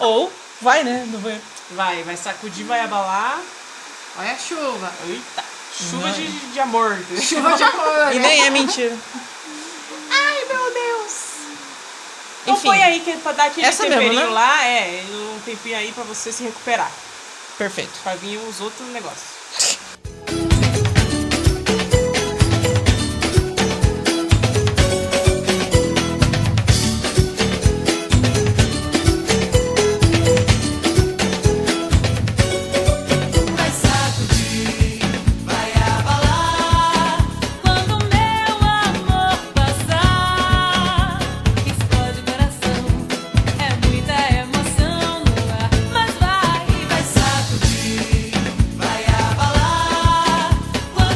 Ou vai, né? No banheiro.
Vai, vai sacudir, vai abalar.
é
Olha a chuva.
Eita! Chuva de, de amor.
Chuva de amor.
E
né?
nem é mentira.
Ai, meu Deus! Então
Enfim,
põe aí que, pra dar aquele
Essa mesmo,
temperinho
né?
lá, é, um tempinho aí pra você se recuperar.
perfeito.
Pra vir os outros negócios.
Quando meu amor passar, explode o coração. É muita emoção no ar, mas vai, vai sacudir, vai abalar. é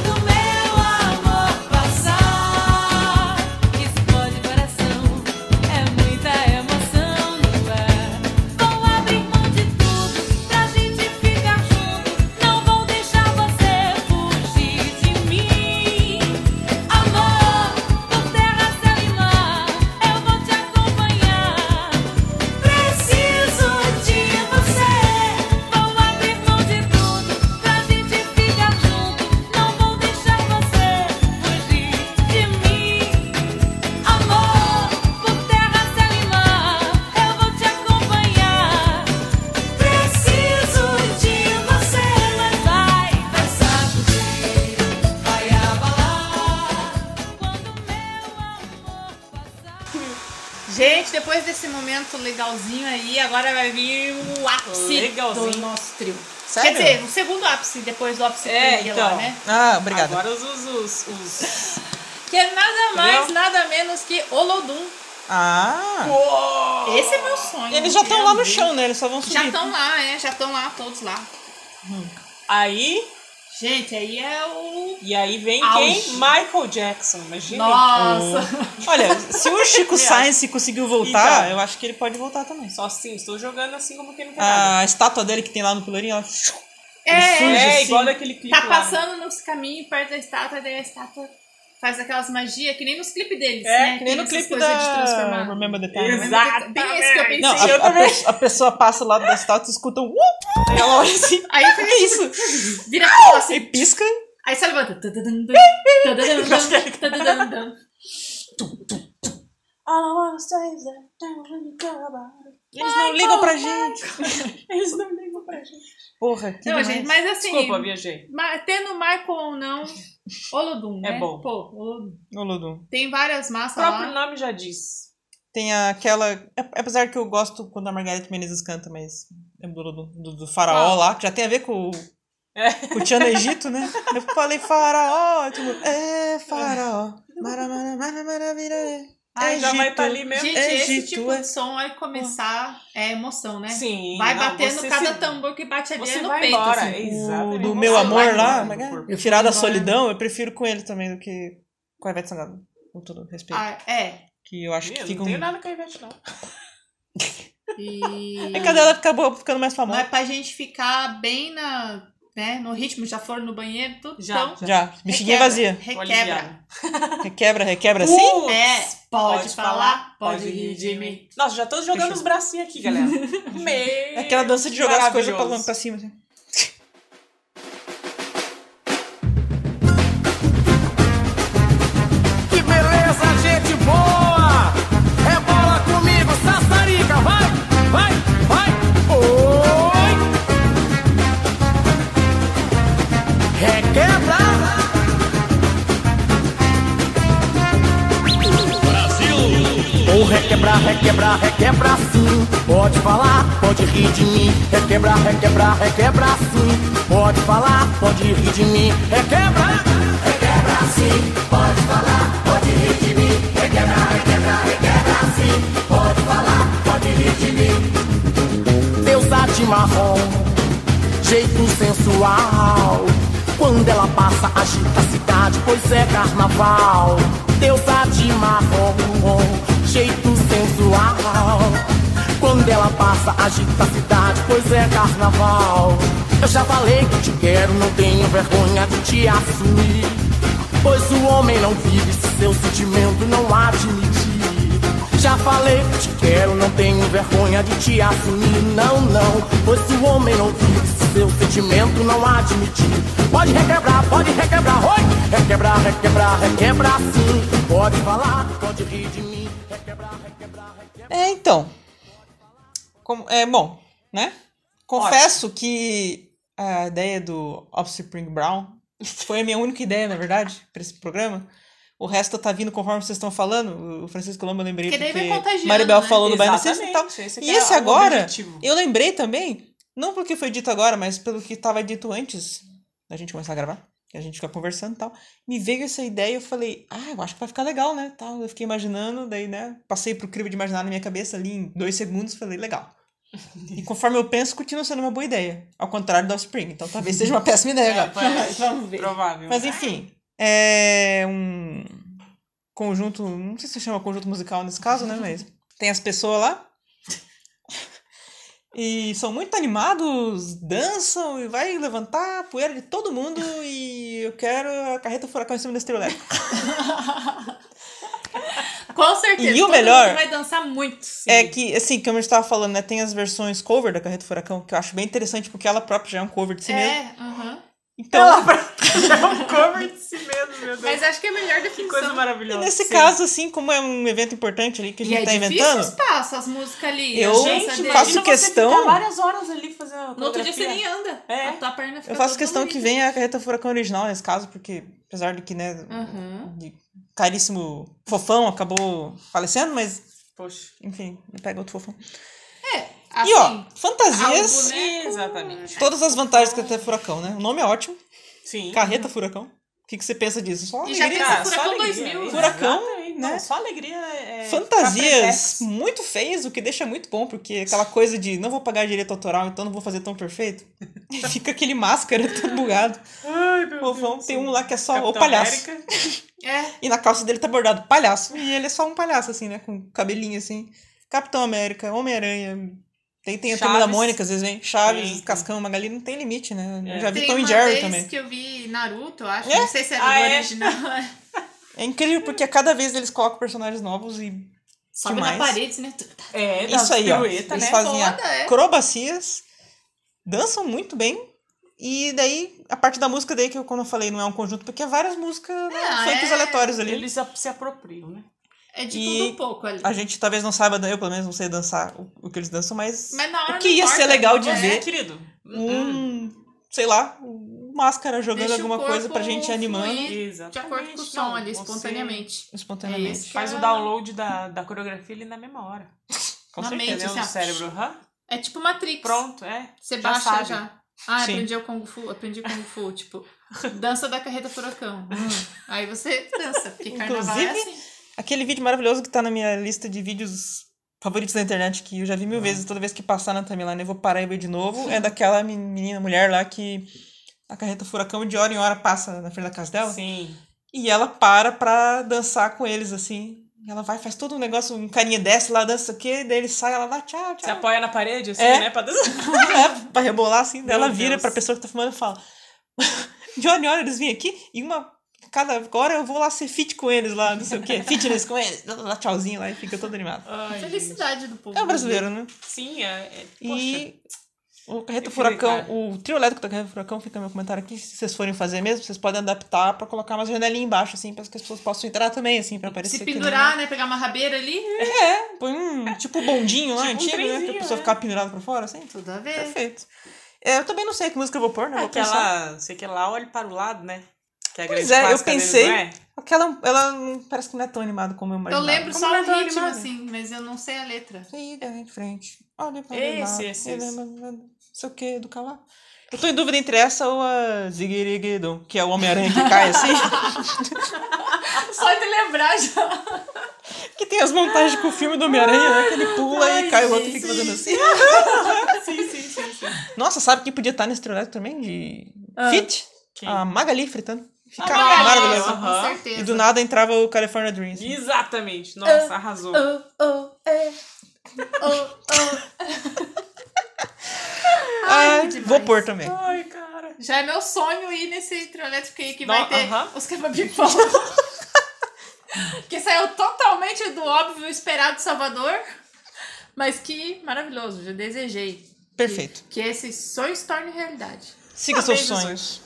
Gente, depois desse momento legalzinho aí, agora vai vir o ápice
Legalzinho.
do nosso trio.
Sério?
Quer dizer, o segundo ápice, depois do ápice
É,
que eu ia
então.
lá, né?
Ah, obrigado.
Agora os. os, os, os...
Que é nada mais,
Entendeu?
nada menos que Olodum.
Ah.
Esse é meu sonho.
Eles já estão lá no
realmente.
chão, né? Eles só vão subir.
Já estão lá, é, já estão lá, todos lá.
Aí.
Gente, aí é o...
E aí vem
Auge.
quem? Michael Jackson, imagina.
Nossa!
Olha, se o Chico Science conseguiu voltar,
Então.
eu acho que ele pode voltar também.
Só assim, estou jogando assim como que ele
Ah,
quer.
A estátua dele que tem lá no Pelourinho, ela...
é,
É,
igual daquele clipe
tá
lá,
passando nos caminhos perto da estátua, daí a estátua faz aquelas magias que nem nos clipes deles,
É,
né?
que
Tem
nem no
essas
clipe
coisas de
da...
transformar.
Remember the Time. né?
Exato.
Bem esse que eu pensei.
Não, a,
Eu
a
também.
pe- a pessoa passa lá da estátua e escuta um... "Uop", Aí ela olha assim,
Aí eu falei,
que isso?
vira a cola
E
assim.
pisca.
Aí você levanta. Tadadam, tadadam, tadadam, tadadam.
Eles não ligam pra gente.
Eles não ligam pra gente.
Porra, que
Não,
demais.
gente, mas assim,
Desculpa, viajei.
ma- tendo Michael ou não, Olodum,
É
né?
bom.
Pô, Olodum.
Ô, Ludo.
Tem várias massas
O próprio
Ah.
lá.
nome já diz.
Tem aquela... a- Apesar que eu gosto quando a Margareth Menezes canta, mas... Lembro do, do, do faraó lá, que já tem a ver com... o-
É.
Com o Tchan Egito, né? Eu falei faraó, eu tipo, é faraó. Mara, mara, mara, maravilha. é
Ai, já vai
Egito.
pra ali mesmo.
Gente,
É,
esse
Egito,
tipo
é.
de som vai começar é emoção, né?
Sim.
Vai
não,
batendo
você
cada
se-
tambor que bate ali
né?
Você
é no
vai
peito.
embora.
assim.
O
Exatamente.
do
Você
meu
vai
amor
embora
lá,
do
né?
corpo.
Eu
tirar da
fui embora.
solidão, eu prefiro com ele também do que com a Ivete Sangalo. Com todo respeito.
Ah, é.
que eu acho
Ih,
que
eu
fica
Não
um...
tenho nada com a Ivete, não.
E...
É que a dela acabou ficando mais famosa.
Mas pra gente ficar bem na, né, no ritmo, já foram no banheiro, tudo.
Já,
então,
Já, bexiguinha vazia.
Tô
Requebra.
aliviado.
Requebra, requebra assim.
Putz,
É, pode, falar, pode rir de mim.
Nossa, já tô jogando
Fechou.
os bracinhos aqui, galera. Meu
É aquela dança de jogar as coisas pra,
maravilhoso.
pra cima. Assim.
Que beleza, gente boa! É bola comigo, sassarica, vai, vai, vai! Oi! É Requebra!
Ou
é
requebrar, requebrar, requebrar sim. Pode falar, pode rir de mim.
É
Requebrar, requebrar, requebrar sim. Pode falar, pode rir de mim. Requebrar. Deusa de marrom, jeito sensual. Quando ela passa, agita a cidade, pois é carnaval. Deusa de marrom, jeito sensual. Quando ela passa, agita a cidade, pois é carnaval. Eu já falei que te quero, não tenho vergonha de te assumir. Pois o homem não vive se seu sentimento não admitir. Já falei que te quero, não tenho vergonha de te assumir, não, não. Pois se o homem não vive, se seu sentimento não admitir. Pode requebrar, pode requebrar, oi! Requebrar, requebrar, requebrar sim. Pode falar, pode rir de mim. Requebrar, requebrar, requebrar.
É, então. Como, é, bom, né? Confesso que a ideia do Offspring Brown foi a minha única ideia, na verdade, pra esse programa. O resto tá vindo conforme vocês estão falando. O Francisco Lomba eu lembrei
Porque daí vai
porque
contagiando,
Maribel
né?
falou do Bayern System e tal.
Exatamente. Esse aqui
E
era
esse
o
agora,
objetivo.
eu lembrei também, não porque foi dito agora, mas pelo que estava dito antes da gente começar a gravar, que a gente fica conversando e tal, me veio essa ideia e eu falei, ah, eu acho que vai ficar legal, né? Tal, eu fiquei imaginando, daí, né? Passei pro crivo de imaginar na minha cabeça ali em dois segundos, falei, legal. E conforme eu penso, continua sendo uma boa ideia. Ao contrário do Offspring. Então talvez seja uma péssima ideia agora.
Vamos ver. Provável.
Mas enfim, é um conjunto, não sei se chama conjunto musical nesse caso, né, mas tem as pessoas lá. E são muito animados, dançam e vai levantar a poeira de todo mundo e eu quero a carreta furacão em cima desse trio elétrico.
Com certeza.
E o
todo
melhor-
mundo vai dançar muito.
É que, assim, como a gente tava falando, né, tem as versões cover da carreta furacão, que eu acho bem interessante porque ela própria já é um cover de si mesma.
É, aham.
Então,
É um cover de si mesmo, meu Deus.
Mas acho que é a melhor
que coisa
definição.
maravilhosa.
nesse
Sim.
caso, assim, como é um evento importante ali que a
E
gente
é
tá
difícil
inventando.
os passos, as músicas ali.
Eu-
a dança
Gente,
dele.
imagina
faço
você
questão-
ficar várias horas ali fazendo a
No outro dia você
coreografia.
nem anda.
É.
A tua perna fica
Eu faço
toda
questão que
dolorida. Uhum.
venha a carreta furacão original nesse caso, porque apesar de que, né,
Aham.
de caríssimo fofão acabou falecendo, mas,
Poxa.
enfim, pega outro fofão.
Assim,
e ó, fantasias.
algo, né?
Exatamente.
Todas as vantagens que até Furacão, né? O nome é ótimo.
Sim.
Carreta Furacão. O que, que você pensa disso? Só
E já
alegria.
pensa
Ah, só
Furacão
alegria,
2000,
isso.
Furacão,
Exatamente.
né?
Não, só alegria é...
Fantasias
pra
muito feias, o que deixa muito bom, porque aquela coisa de não vou pagar direito autoral, então não vou fazer tão perfeito. E fica aquele máscara todo bugado.
Ai, meu
O vão tem um lá que é só o
Capitão
palhaço.
América.
É,
E na calça dele tá bordado palhaço. E ele é só um palhaço, assim, né? Com cabelinho assim. Capitão América, Homem-Aranha. Tem, tem a turma da
Chaves.
Mônica, às vezes, vem. Chaves,
Tem, tem.
Cascão, Magali, não tem limite, né? Eu
É.
já vi
tem
Tom
uma
e Jerry
vez
também.
que eu vi Naruto, eu acho.
É?
Não sei se era
Ah,
o
é?
original.
É incrível porque a cada vez eles colocam personagens novos e.
Sobe
que
na
mais?
parede, né?
É,
Isso aí, ó.
pirueta,
Eles
né?
fazem
Foda, é.
acrobacias, dançam muito bem. E daí, a parte da música daí que eu, quando eu falei, não é um conjunto, porque é várias músicas, né,
Ah,
funks
é.
aleatórios ali.
Eles a- se apropriam, né?
É de
E-
tudo um pouco ali.
A gente talvez não saiba, eu pelo menos não sei dançar o, o que eles dançam, mas,
Mas na hora
o que
não
ia ser
importa,
legal de
é.
ver
querido.
um, sei lá, um máscara jogando
Deixa o
alguma
corpo
coisa pra gente animando
fluir
Exatamente.
De acordo com o som
Não,
ali,
você
espontaneamente. É
espontaneamente.
esse.
Faz o download da, da coreografia ali na mesma hora.
Com
Na
certeza.
mente,
Entendeu?
assim,
No
ó.
cérebro. Hã?
É tipo Matrix.
Pronto, é.
Você
Já
baixa
sabe.
já. Ah,
Sim.
aprendi o Kung Fu, aprendi Kung Fu, tipo, dança da carreta furacão. Hum. Aí você dança, porque carnaval é
Inclusive,
assim.
Aquele vídeo maravilhoso que tá na minha lista de vídeos favoritos da internet, que eu já vi
Ah.
mil vezes, toda vez que passar na timeline eu vou parar e ver de novo, é daquela menina, mulher lá que a carreta furacão de hora em hora passa na frente da casa dela.
Sim.
E ela para pra dançar com eles, assim. Ela vai, faz todo um negócio, um carinha desce lá, dança o quê, daí ele sai, ela dá tchau,
Você
tchau.
apoia na parede, assim,
É.
né? Pra dançar.
é, pra rebolar assim, daí
Meu
ela vira
Deus.
pra pessoa que tá fumando e fala: Johnny, olha, eles vêm aqui e uma. Cada hora eu vou lá ser fit com eles lá, não sei o quê, fitness com eles, dá tchauzinho lá e fica todo animado.
Ai, gente.
Felicidade do povo.
É um brasileiro, né?
Sim, é. é poxa.
E o Carreta
Eu queria- é.
Furacão, o trio elétrico da Carreta Furacão, fica meu comentário aqui, se vocês forem fazer mesmo, vocês podem adaptar pra colocar umas janelinhas embaixo, assim, pra que as pessoas possam entrar também, assim, pra aparecer
Se
aquele-
pendurar, né? Pegar uma rabeira ali,
É, põe um tipo bondinho lá,
Tipo um
antigo, né? Que a
trenzinho,
pessoa
é.
ficar pendurada pra fora, assim.
tudo a
Tá
ver.
Perfeito. É, eu também não sei que música eu vou pôr, né? Vou pensar.
Aquela. Sei que lá, olha para o lado, né? Que é a
Pois
grande
é, eu
clássica deles,
pensei.
não é?
Aquela, ela hum, parece que não é tão animada como eu
Eu
imaginava.
lembro
Como
só
não
o
é tão
ritmo,
animada?
assim, mas eu não sei a letra.
Siga em frente. Olha pra
Esse,
lá. é
esse,
Eu
esse.
lembro- Não sei o que, do Calá. Eu tô em dúvida entre essa ou a Zigirigidon, que é o Homem-Aranha que cai assim.
Só de lembrar já.
que tem as montagens com o filme do Homem-Aranha, né? Que ele pula e
Ai,
cai, o outro
gente.
fica fazendo assim.
Sim, sim, sim. sim.
Nossa, sabe quem podia estar nesse trolete também? De
Ah,
Fit?
Quem?
A Magali fritando. Fica
Magali,
maravilhoso.
aham.
Com
E
certeza.
do nada entrava o California Dreams.
Exatamente. Nossa, arrasou.
Oh, oh, é. Oh, oh.
Ah,
demais.
vou pôr também.
Ai, cara.
Já é meu sonho ir nesse trio elétrico aí que
Não,
vai ter
aham.
os quebra-pipão. que saiu totalmente do óbvio esperado de Salvador. Mas que maravilhoso, já desejei.
Perfeito.
Que, que esse sonho se torne realidade.
Siga seus sonhos.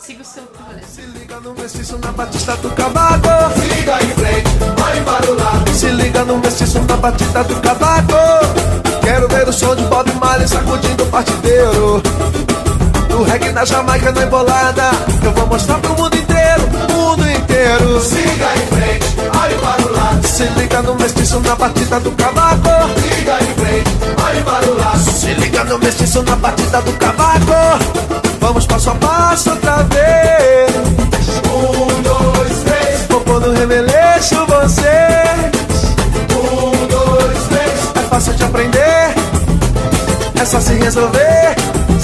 Siga o seu trio elétrico.
Se liga no mestiço na batista do cabaco. Se liga em frente, olhe para o lado. Se liga no mestiço na batista do cabaco. Quero ver o som de Bob Marley sacudindo o partideiro. Do reggae na Jamaica na embolada. Eu vou mostrar pro mundo inteiro, mundo inteiro. Se liga em frente, olhe para o lado. Se liga no mestiço na batida do cabaco. Liga em frente, olhe para o lado. Se liga no mestiço na batida do cabaco. Vamos passo a passo outra vez. Um, dois, três. Vou pôr no remeleixo você. Um, dois, três. É fácil de aprender. É só se resolver.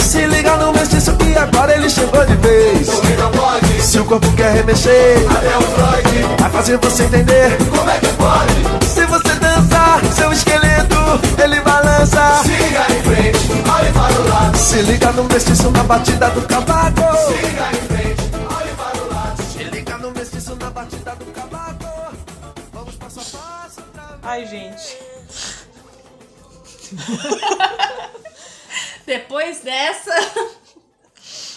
Se liga no mestiço que agora ele chegou de vez. Se o corpo quer remexer, até o Freud vai fazer você entender como é que pode. Se você dançar, seu esqueleto ele balança. Se liga em frente, olhe para o lado. Se liga no mestiço na batida do cavaco. Se liga em frente, olhe para o lado. Se liga no mestiço na batida do cavaco. Vamos passo a passo. outra
ah.
vez.
Ai, gente.
Depois dessa,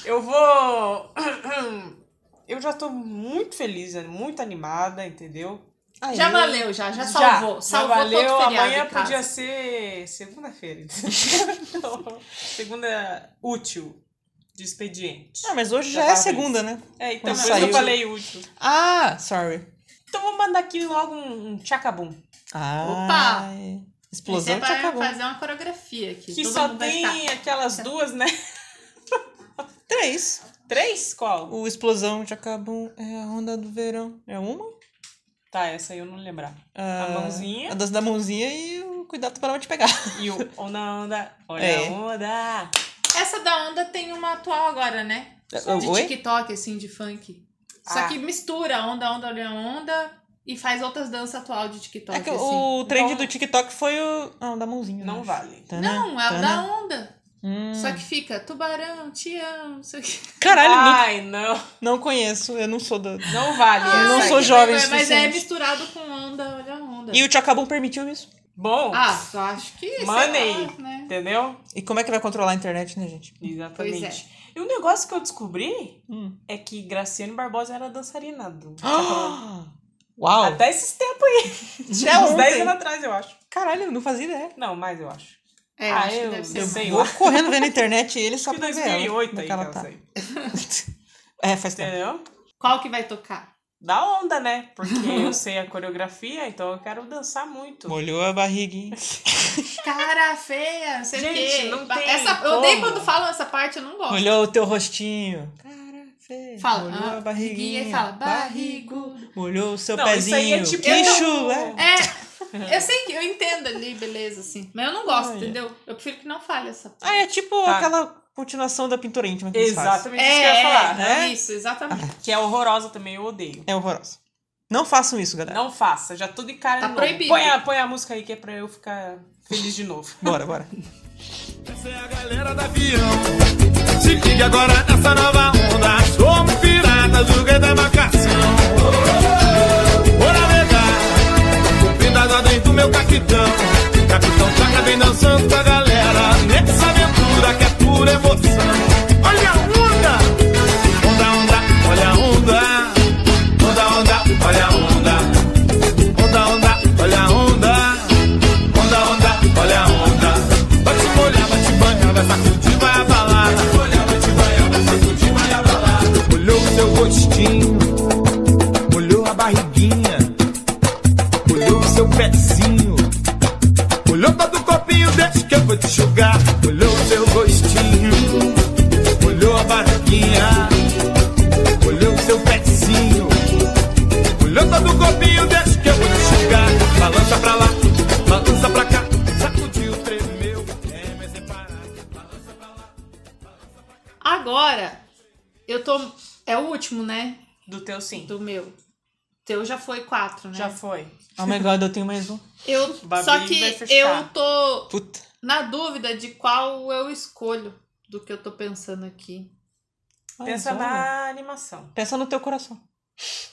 Eu vou. Eu já tô muito feliz, né? muito animada, entendeu?
Aí.
já valeu, já, já salvou.
já
salvou
valeu.
todo o feriado.
Amanhã
em casa.
podia ser segunda-feira. entendeu? Segunda útil de expediente.
Ah, mas hoje
Já
já é
tava
segunda, né?
É, então
Quando
por isso que eu
saiu-
falei útil.
Ah, sorry.
Então vou mandar aqui logo um, um chacabum.
Ah, Explosão
é
Você
que
vai
acabou.
é fazer uma coreografia aqui.
Que
Todo
só
mundo vai
tem
ficar-
aquelas duas, né?
Três.
Três? Qual?
O Explosão de Acabum é a onda do verão. É uma?
Tá, essa aí eu não lembrar.
Ah,
a mãozinha
A dança da mãozinha e o cuidado para não te pegar.
e o onda, onda, olha
É.
a onda.
Essa da onda tem uma atual agora, né? De
É, Oi?
TikTok, assim, de funk. Só
Ah.
que mistura onda, onda, olha onda e faz outras danças atual de TikTok,
É que
assim.
o trend
Então-
do TikTok foi o. Ah, o da mãozinha. Tá,
Não vale.
Não, é o da onda.
né? Hum.
Só que fica tubarão, te amo, não sei o que.
Tá
Caralho, não-
Ai, não.
não conheço. Eu não sou da.
Ah, Não vale.
Eu
essa
não
aí.
sou jovem o
Mas, mas é
suficiente.
misturado com onda, olha onda.
E o Chacabum permitiu isso.
Bom,
Ah, eu acho que. sei
Money.
lá, né?
entendeu?
E como é que vai controlar a internet, né, gente?
Exatamente.
Pois é.
E um negócio que eu descobri
Hum.
é que Graciane Barbosa era dançarina
Ah!
do Tá
Uau!
Até esses tempos aí.
Até
Até uns
ontem.
10 anos atrás, eu acho.
Caralho, eu não fazia ideia.
Não, mais eu acho.
É,
Ah,
acho
eu-
que deve ser
eu
uma-
sei
Vou
lá.
correndo ver na internet ele só
Acho que
pra ver ela,
2008
como é
aí
que
que
ela
ela
tá.
saiu.
É, faz tempo.
Entendeu?
Qual que vai tocar?
Da onda, né? Porque eu sei a coreografia, então eu quero dançar muito.
Molhou a barriga, hein?
Cara feia, não sei o
Gente,
quê.
não tem
essa, Eu odeio
como.
quando falam essa parte, eu não gosto.
Molhou o teu rostinho. Cara, feio.
Fala,
Molhou
ah,
a barriguinha.
e aí fala, barrigo.
Molhou o seu
Não, isso
pezinho.
aí é tipo-
Que
Não.
chulé.
É, eu sei que eu entendo ali, beleza, assim. Mas eu não gosto,
Olha.
entendeu? Eu prefiro que não fale essa parte.
Ah, é tipo
Tá.
aquela continuação da pintura íntima que eles fazem.
Exatamente isso que eu ia falar.
é. né?
isso, exatamente.
Que é horrorosa também, eu odeio.
É horroroso. Não façam isso, galera.
Não faça, já tô de cara
Tá
de novo.
proibido.
Põe a, põe a música aí que é pra eu ficar feliz de novo.
Bora, bora.
Essa é a galera da avião. Se liga agora nessa nova onda. um Somos piratas do grande demarcação. Bora navegar. Cumprindo as ordens do meu capitão. Capitão Chaca vem dançando com a galera. Nessa aventura que é pura emoção. Olha um, a onda. Onda, onda, olha a onda. Onda, onda, olha a onda. Onda, onda, olha a onda. Onda, onda, olha a onda. Vai te molhar, vai te banhar, vai sacudir, vai abalar. Vai te molhar, vai te banhar, vai sacudir, vai abalar. Molhou o seu rostinho, molhou a barriguinha, molhou o seu pezinho. Molhou todo o corpinho, deixa que eu vou te enxugar. Molhou o seu rostinho, molhou a barriguinha, molhou o seu pezinho. Olhou todo o corpinho, deixa que eu vou te enxugar. Balança pra lá, balança pra cá. Sacudiu, tremeu, é, mas é parado. Balança pra lá.
Agora, eu tô. É o último, né?
Do teu sim.
Do meu. Teu já foi quatro, né?
Já foi.
Oh my god, eu tenho mais um.
Eu,
Babi
só
vai
que
fechar.
eu tô
Puta.
na dúvida de qual eu escolho do que eu tô pensando aqui.
Pensa
Olha só, né?
na animação.
Pensa no teu coração.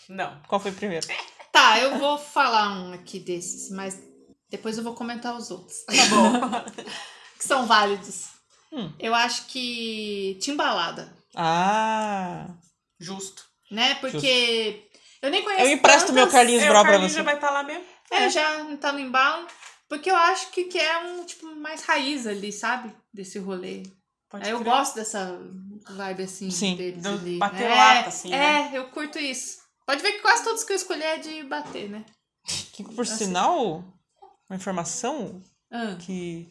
Não.
Qual foi o primeiro?
Tá, eu vou falar um aqui desses, mas depois eu vou comentar os outros. Tá bom. que são válidos.
Hum.
Eu acho que Timbalada,
Ah.
Justo.
né? Porque eu nem conheço
Eu empresto
tantas-
meu Carlinhos
É,
Brau
o
pra
Carlinhos
você.
já vai estar lá mesmo.
É, já não tá no embalo. Porque eu acho que, que é um, tipo, mais raiz ali, sabe? Desse rolê.
Pode
Aí eu
crer.
gosto dessa vibe assim
Sim,
deles
do
ali.
bater
é,
lata, assim,
É, eu curto isso. Pode ver que quase todos que eu escolhi é de bater, né?
Que, por sinal, uma informação
Ah,
que.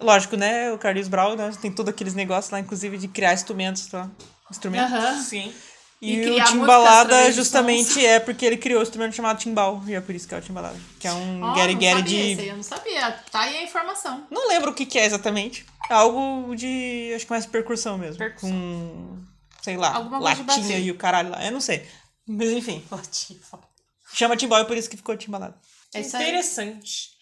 Lógico, né? O Carlinhos Brau né, tem todos aqueles negócios lá, inclusive, de criar instrumentos, tá? Instrumentos.
Aham.
Sim.
E,
E
o
criar músicas
Timbalada
através de
justamente é porque ele criou um instrumento chamado timbal. E é por isso que é o Timbalada. Que é
Hum,
um
Ó,
Gary
não
Gary
sabia
de.
esse aí, eu não sabia. Tá aí a informação.
Não lembro o que, que é exatamente. É algo de. Acho que mais percussão mesmo.
Percussão.
Com. Sei lá.
Alguma coisa de
latinha
bater.
e o caralho lá. Eu não sei. Mas enfim.
Latifa.
Chama timbal e por isso que ficou timbalada.
É isso aí.
Interessante.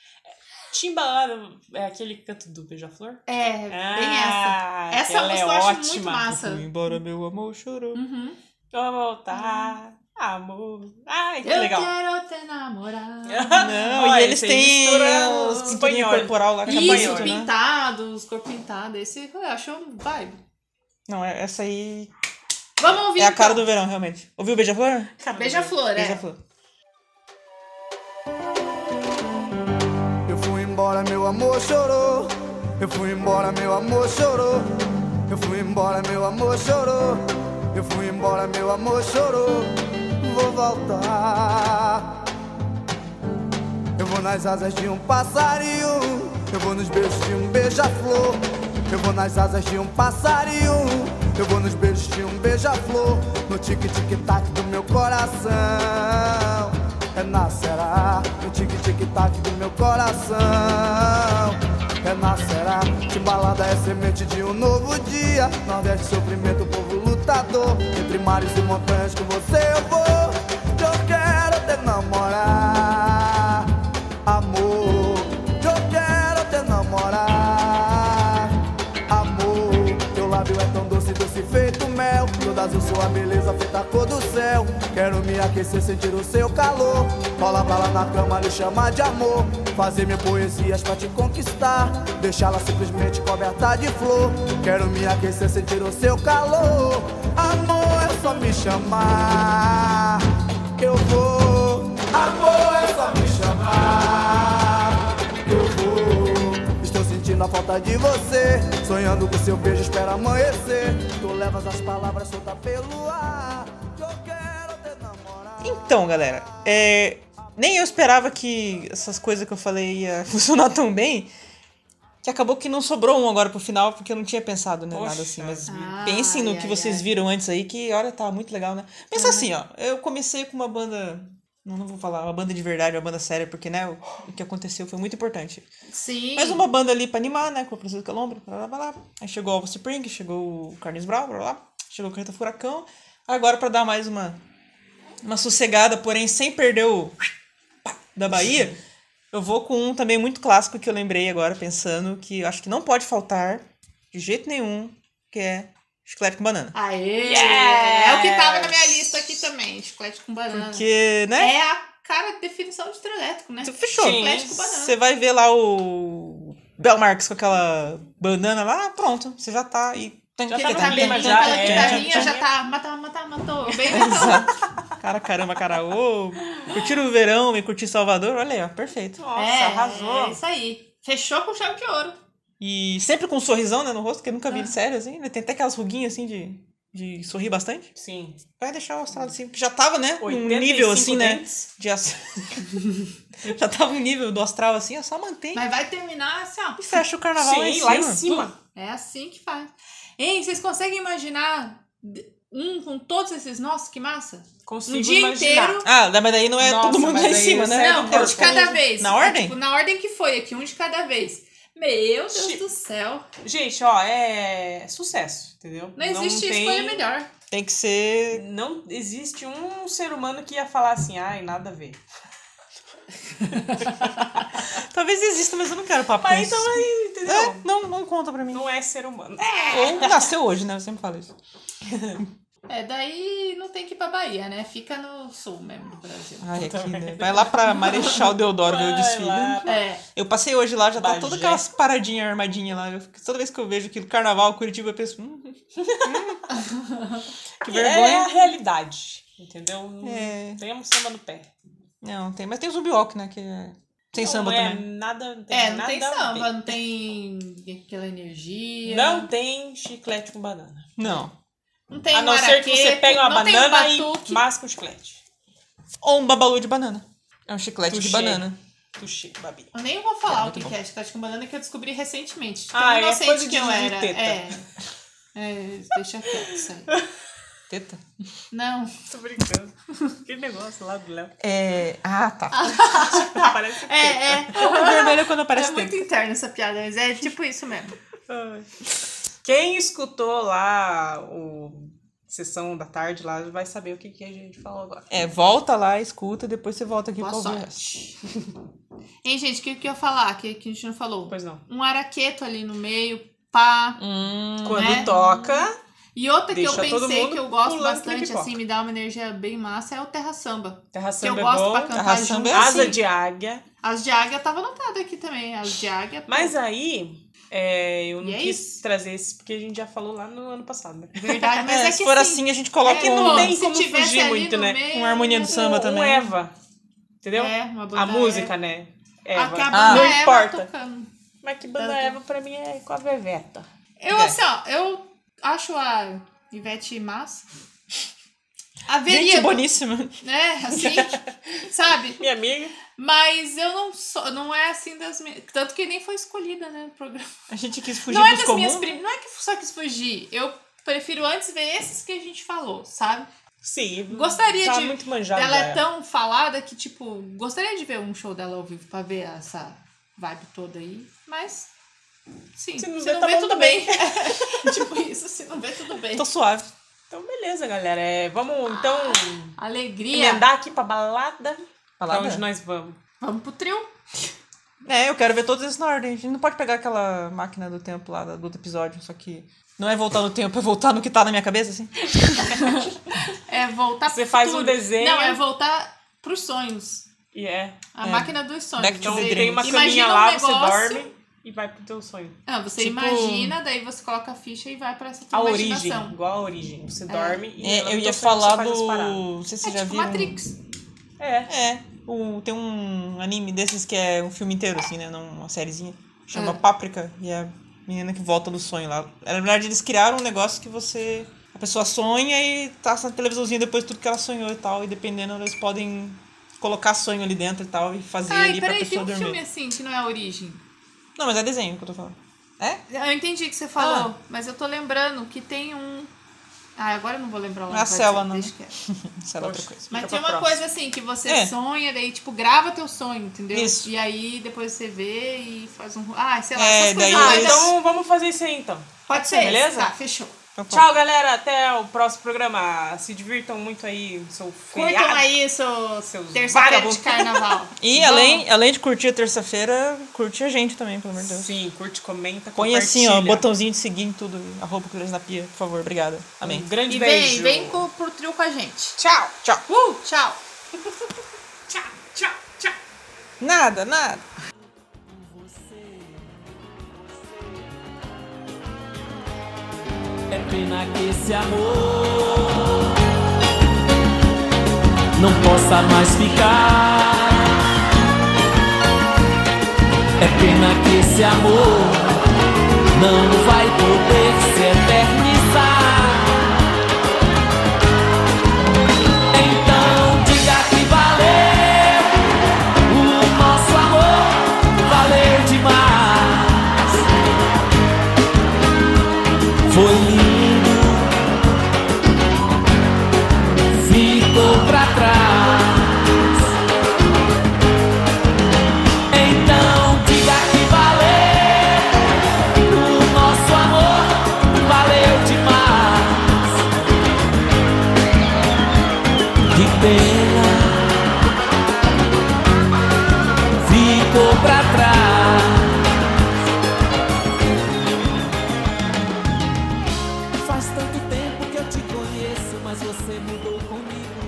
Timbalada é aquele que canta do Beija-Flor?
É, bem essa.
Ah,
Essa
ela
música
é
eu acho
ótima.
muito massa.
embora, meu amor chorou.
Uhum. tá.
Vou voltar, amor. Ai, que
eu
legal.
quero te namorar.
Não,
Olha,
e eles
esse
têm
mistura
os
os
pinturinhos
espanhol.
corporal lá. que é
Isso,
banheiro, né?
pintados, cor pintada. Esse eu acho um vibe.
Não, é- essa aí
Vamos ouvir.
é a cara
então.
do verão, realmente. Ouviu o Beija-Flor?
Cara,
Beija-flor, é.
Beija-Flor.
Eu fui embora, meu amor chorou. Eu fui embora, meu amor chorou. Eu fui embora, meu amor chorou. Eu fui embora, meu amor chorou. Vou voltar. nas asas de um passarinho. Eu vou nos beijos de um beija-flor. Eu vou nas asas de um passarinho. Eu vou nos beijos de um beija-flor. No tic-tic-tac do meu coração. É nascerá. No tic-tic-tac do meu coração é nascerá. Timbalada é semente de um novo dia. Nordeste, sofrimento, povo lutador. Entre mares e montanhas com você eu vou. Eu quero te namorar, amor. Eu quero te namorar, amor. Teu lábio é tão doce, doce feito mel. Toda azul, sua beleza feita a cor do céu. Quero me aquecer, sentir o seu calor. Rola bala na cama, lhe chamar de amor. Fazer minhas poesias pra te conquistar. Deixá-la simplesmente coberta de flor. Quero me aquecer, sentir o seu calor. Amor, é só me chamar. que Eu vou. Amor, é só me chamar. que Eu vou. Estou sentindo a falta de você. Sonhando com seu beijo, espera amanhecer. Tu levas as palavras solta pelo ar. que Eu quero te namorar.
Então, galera, é, nem eu esperava que essas coisas que eu falei ia funcionar tão bem. Que acabou que não sobrou um agora pro final, porque eu não tinha pensado né, nada
Poxa.
assim. Mas
Ah,
pensem no
ai,
que
ai,
vocês
ai.
viram antes aí, que olha, tá muito legal, né? Pensa assim, ó. Eu comecei com uma banda. Não, não vou falar, uma banda de verdade, uma banda séria, porque, né, o, o que aconteceu foi muito importante.
é. Sim.
Mais uma banda ali pra animar, né? Com o Francisco Calombre, blá, blá, blá, blá. Aí chegou o Alvo Spring, chegou o Carnes Brau, blá, blá, blá. Chegou o Carreta Furacão. Agora pra dar mais uma, uma sossegada, porém sem perder o... pá, Da Bahia, eu vou com um também muito clássico que eu lembrei agora, pensando que eu acho que não pode faltar de jeito nenhum, que é Chiclete com Banana.
Aê!
Yes!
É o que tava na minha lista aqui também. Chiclete com banana.
Porque, né?
É a cara de definição de trielétrico, né?
tu fechou.
Chiclete com banana.
Você vai ver lá o Bel Marques com aquela banana lá, pronto. Você já tá e...
Já tá no
Tá
clima,
bem,
já
já,
é.
guitarrinha, já tá. Matar, matar, matou. Bem,
Exato. Cara, caramba, cara, ô. Curtir o verão e curtir Salvador, olha aí, ó, perfeito.
Nossa,
é,
arrasou.
É isso aí. Fechou com chave de ouro.
E sempre com um sorrisão, né, no rosto, que eu nunca vi de
Ah.
sério, assim, né? Tem até aquelas ruguinhas, assim, de, de sorrir bastante.
Sim.
Vai deixar o estrado assim, porque já tava, né, um
85
nível, assim, né,
dentes.
de... ass- já tava um nível do astral, assim, ó, só mantém
Mas vai terminar assim, ó.
e fecha o carnaval
Sim, lá em
cima.
cima.
É assim que faz. Hein, vocês conseguem imaginar d- um com todos esses? Nossa, que massa!
Consigo
um dia
imaginar.
inteiro.
Ah, daí- mas daí não é
Nossa,
todo mundo lá em
mas é aí
cima,
eu
né?
saio
Não,
do
um de cada vez.
Na
É,
ordem?
tipo, na ordem que foi aqui, um de cada vez. Meu Deus
Chi-
do céu.
Gente, ó, é sucesso, entendeu?
Não existe
tem-
escolha melhor.
Tem que ser...
Não existe um ser humano que ia falar assim, ai, nada a ver.
Talvez exista, mas eu não quero papo com
Mas
isso.
então aí, entendeu?
É, não, não conta pra mim.
Não é ser humano.
Ou nasceu hoje, né? Eu sempre falo isso.
É, daí não tem que ir pra Bahia, né? Fica no sul mesmo do Brasil.
Ai, aqui, né? Vai lá pra Marechal Deodoro ver o
Vai
desfile. né?
lá.
É,
Eu passei hoje lá, já tá
Bagé.
todas aquelas paradinhas armadinhas lá. Eu fico- toda vez que eu vejo aquilo, carnaval, Curitiba, eu penso. hum, que
É a
vergonha.
realidade, entendeu? Não
É.
Temos samba no pé.
Não, tem. Mas tem o Zubioc, né? Que é. Tem
não
samba
é
também.
Nada, não tem
é, não
nada
tem
a ver.
samba, não tem aquela energia.
Não tem chiclete com banana.
Não.
não tem
a não ser que você
maraqueta,
pegue uma
não tem
banana
batuque.
e masca o chiclete.
Ou um babalu de banana. É um chiclete de
Touché.
banana.
Tuxi, babi.
Eu nem vou falar
É,
o que,
muito
que é chiclete com banana que eu descobri recentemente. Tão
Tá, Ah, é
inocente
coisa
que
de-
eu
de
era.
teta.
É. É, deixa quieto isso aí.
Teta.
Não.
Tô brincando. Aquele negócio lá do Léo.
É. Ah, tá.
Parece
É, é.
O vermelho é quando
É
aparece
muito
teta.
interna essa piada, mas é tipo isso mesmo.
Ai. Quem escutou lá o sessão da tarde lá vai saber o que, que a gente falou agora.
É, volta lá, escuta, depois você volta aqui
Boa
pra ouvir o resto.
sorte. Hein, gente, o que, que eu ia falar? Que, que a gente não falou.
Pois não.
Um araqueto ali no meio, pá.
Hum.
Quando
né?
toca,
E outra que
Deixa
eu
todo
pensei
mundo
que eu gosto
pulando que
bastante,
pipoca.
assim, me dá uma energia bem massa, é o terra samba.
terra
Que eu
samba é
gosto pra
bom.
cantar
Terra
junto.
samba é
Asa
assim.
de águia.
As de águia tava anotada aqui também. As de águia. pô,
Mas aí, é, eu não
E é
quis
isso.
trazer esse porque a gente já falou lá no ano passado, né?
Verdade, mas
É,
é, que
se for
assim,
assim, a gente coloca
é,
um-
pô,
tem
se
como
tivesse
fugir
ali
muito,
no
né?
meio,
uma harmonia do samba
um,
também.
Um Eva. Entendeu?
É, uma banda
a música, né?
é.
Eva.
Aqui a
Ah.
banda
não
Eva
importa.
tocando.
Mas que banda
Tanto.
Eva pra mim é com a Veveta.
Eu,
É.
assim, ó, eu acho a Ivete massa. Haveria,
Gente boníssima.
né? Assim, sabe?
Minha amiga.
Mas eu não sou, não é assim das minhas. Tanto que nem foi escolhida, né? No programa.
A gente quis fugir
Não é
dos
das
comuns. né?
minhas prim... Não é que só quis fugir. Eu prefiro antes ver esses que a gente falou, sabe?
Sim.
Gostaria
tá
de-
muito manjada.
ela é
já.
tão falada que, tipo, gostaria de ver um show dela ao vivo pra ver essa vibe toda aí. Mas, sim, se não vê,
tá bom
tudo bem.
também.
tipo isso, se não vê, tudo bem.
Tô suave. Então, beleza, galera. É, vamos, então,
Ah, Alegria.
emendar aqui pra balada.
Pra
Balada?
onde nós vamos?
Vamos pro trio.
É, eu quero ver todos esses na ordem. A gente não pode pegar aquela máquina do tempo lá do outro episódio, só que... Não é voltar no tempo, é voltar no que tá na minha cabeça, assim?
É voltar
Você
pro
faz
futuro.
um desenho.
Não, é voltar pros sonhos.
E é.
A
É.
máquina dos sonhos.
Back to
Então
the
Você
tem uma
imagina
caminha
um
lá, você
negócio-
dorme e vai pro teu sonho.
Ah, você
Tipo-
imagina, daí você coloca a ficha e vai pra essa tua
A origem,
imaginação.
igual a origem. Você dorme e
É,
ela
eu
no
ia
teu sonho, você
falar
faz as paradas.
do... Não sei se
É
você já
tipo
viu... um
Matrix.
É.
É, o- tem um anime desses que é um filme inteiro, assim, né? Não uma sériezinha. Chama
Ah.
Páprica e é a menina que volta do sonho lá. Na verdade, eles criaram um negócio que você. A pessoa sonha e tá na televisãozinha depois de tudo que ela sonhou e tal. E dependendo, eles podem colocar sonho ali dentro e tal e fazer
Ai,
ali pra
peraí, tem
pessoa
um
dormir.
filme assim que não é a origem.
Não, mas é desenho que eu tô falando. É?
Eu entendi o que você falou,
Ah.
mas eu tô lembrando que tem um. Ah, agora eu não vou lembrar o nome.
É a
pode
célula,
ser,
né?
deixa quieto.
Sei lá, outra
Poxa.
coisa.
Mas
Fica
tem
pra
uma
próxima.
coisa assim, que você
É.
sonha, daí, tipo, grava teu sonho, entendeu?
Isso.
E aí depois você vê e faz um. Ah, sei lá,
É,
essas
daí
coisas.
Ah,
eles-
então
então vamos fazer isso aí então.
pode ser.
beleza?
Tá, fechou.
Então, pronto.
Tchau, galera. Até o próximo programa. Se divirtam muito aí, seu
Curtam
feriado.
aí seu
Seus
terça-feira de
vagabundos.
carnaval.
E
Vão.
além, além de curtir a terça-feira, curte a gente também, pelo amor de Deus.
Sim, curte, comenta,
Põe assim,
compartilha.
ó, botãozinho de seguir em tudo. Arroba Colheres na Pia, por favor. Obrigada. Amém.
Um grande
E vem,
beijo.
vem com, pro trio com a gente.
Tchau, tchau.
Uh, tchau.
Tchau, tchau, tchau.
Nada, nada.
É pena que esse amor não possa mais ficar. É pena que esse amor não vai poder se eternizar. Então diga que valeu o nosso amor, valeu demais. Foi lindo, ficou pra trás. Então diga que valeu o nosso amor, valeu demais. Que pena, ficou pra trás. Faz tanto tempo que eu te conheço, mas você mudou comigo.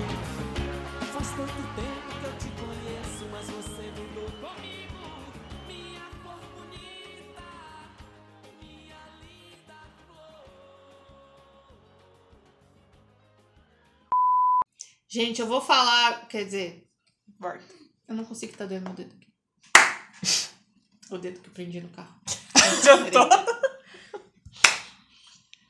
Faz tanto tempo que eu te conheço, mas você mudou comigo. Minha cor bonita, minha linda flor.
Gente, eu vou falar, quer dizer,
Bora.
eu não consigo que tá doendo meu dedo aqui. O dedo que eu prendi no carro.
Adiantou.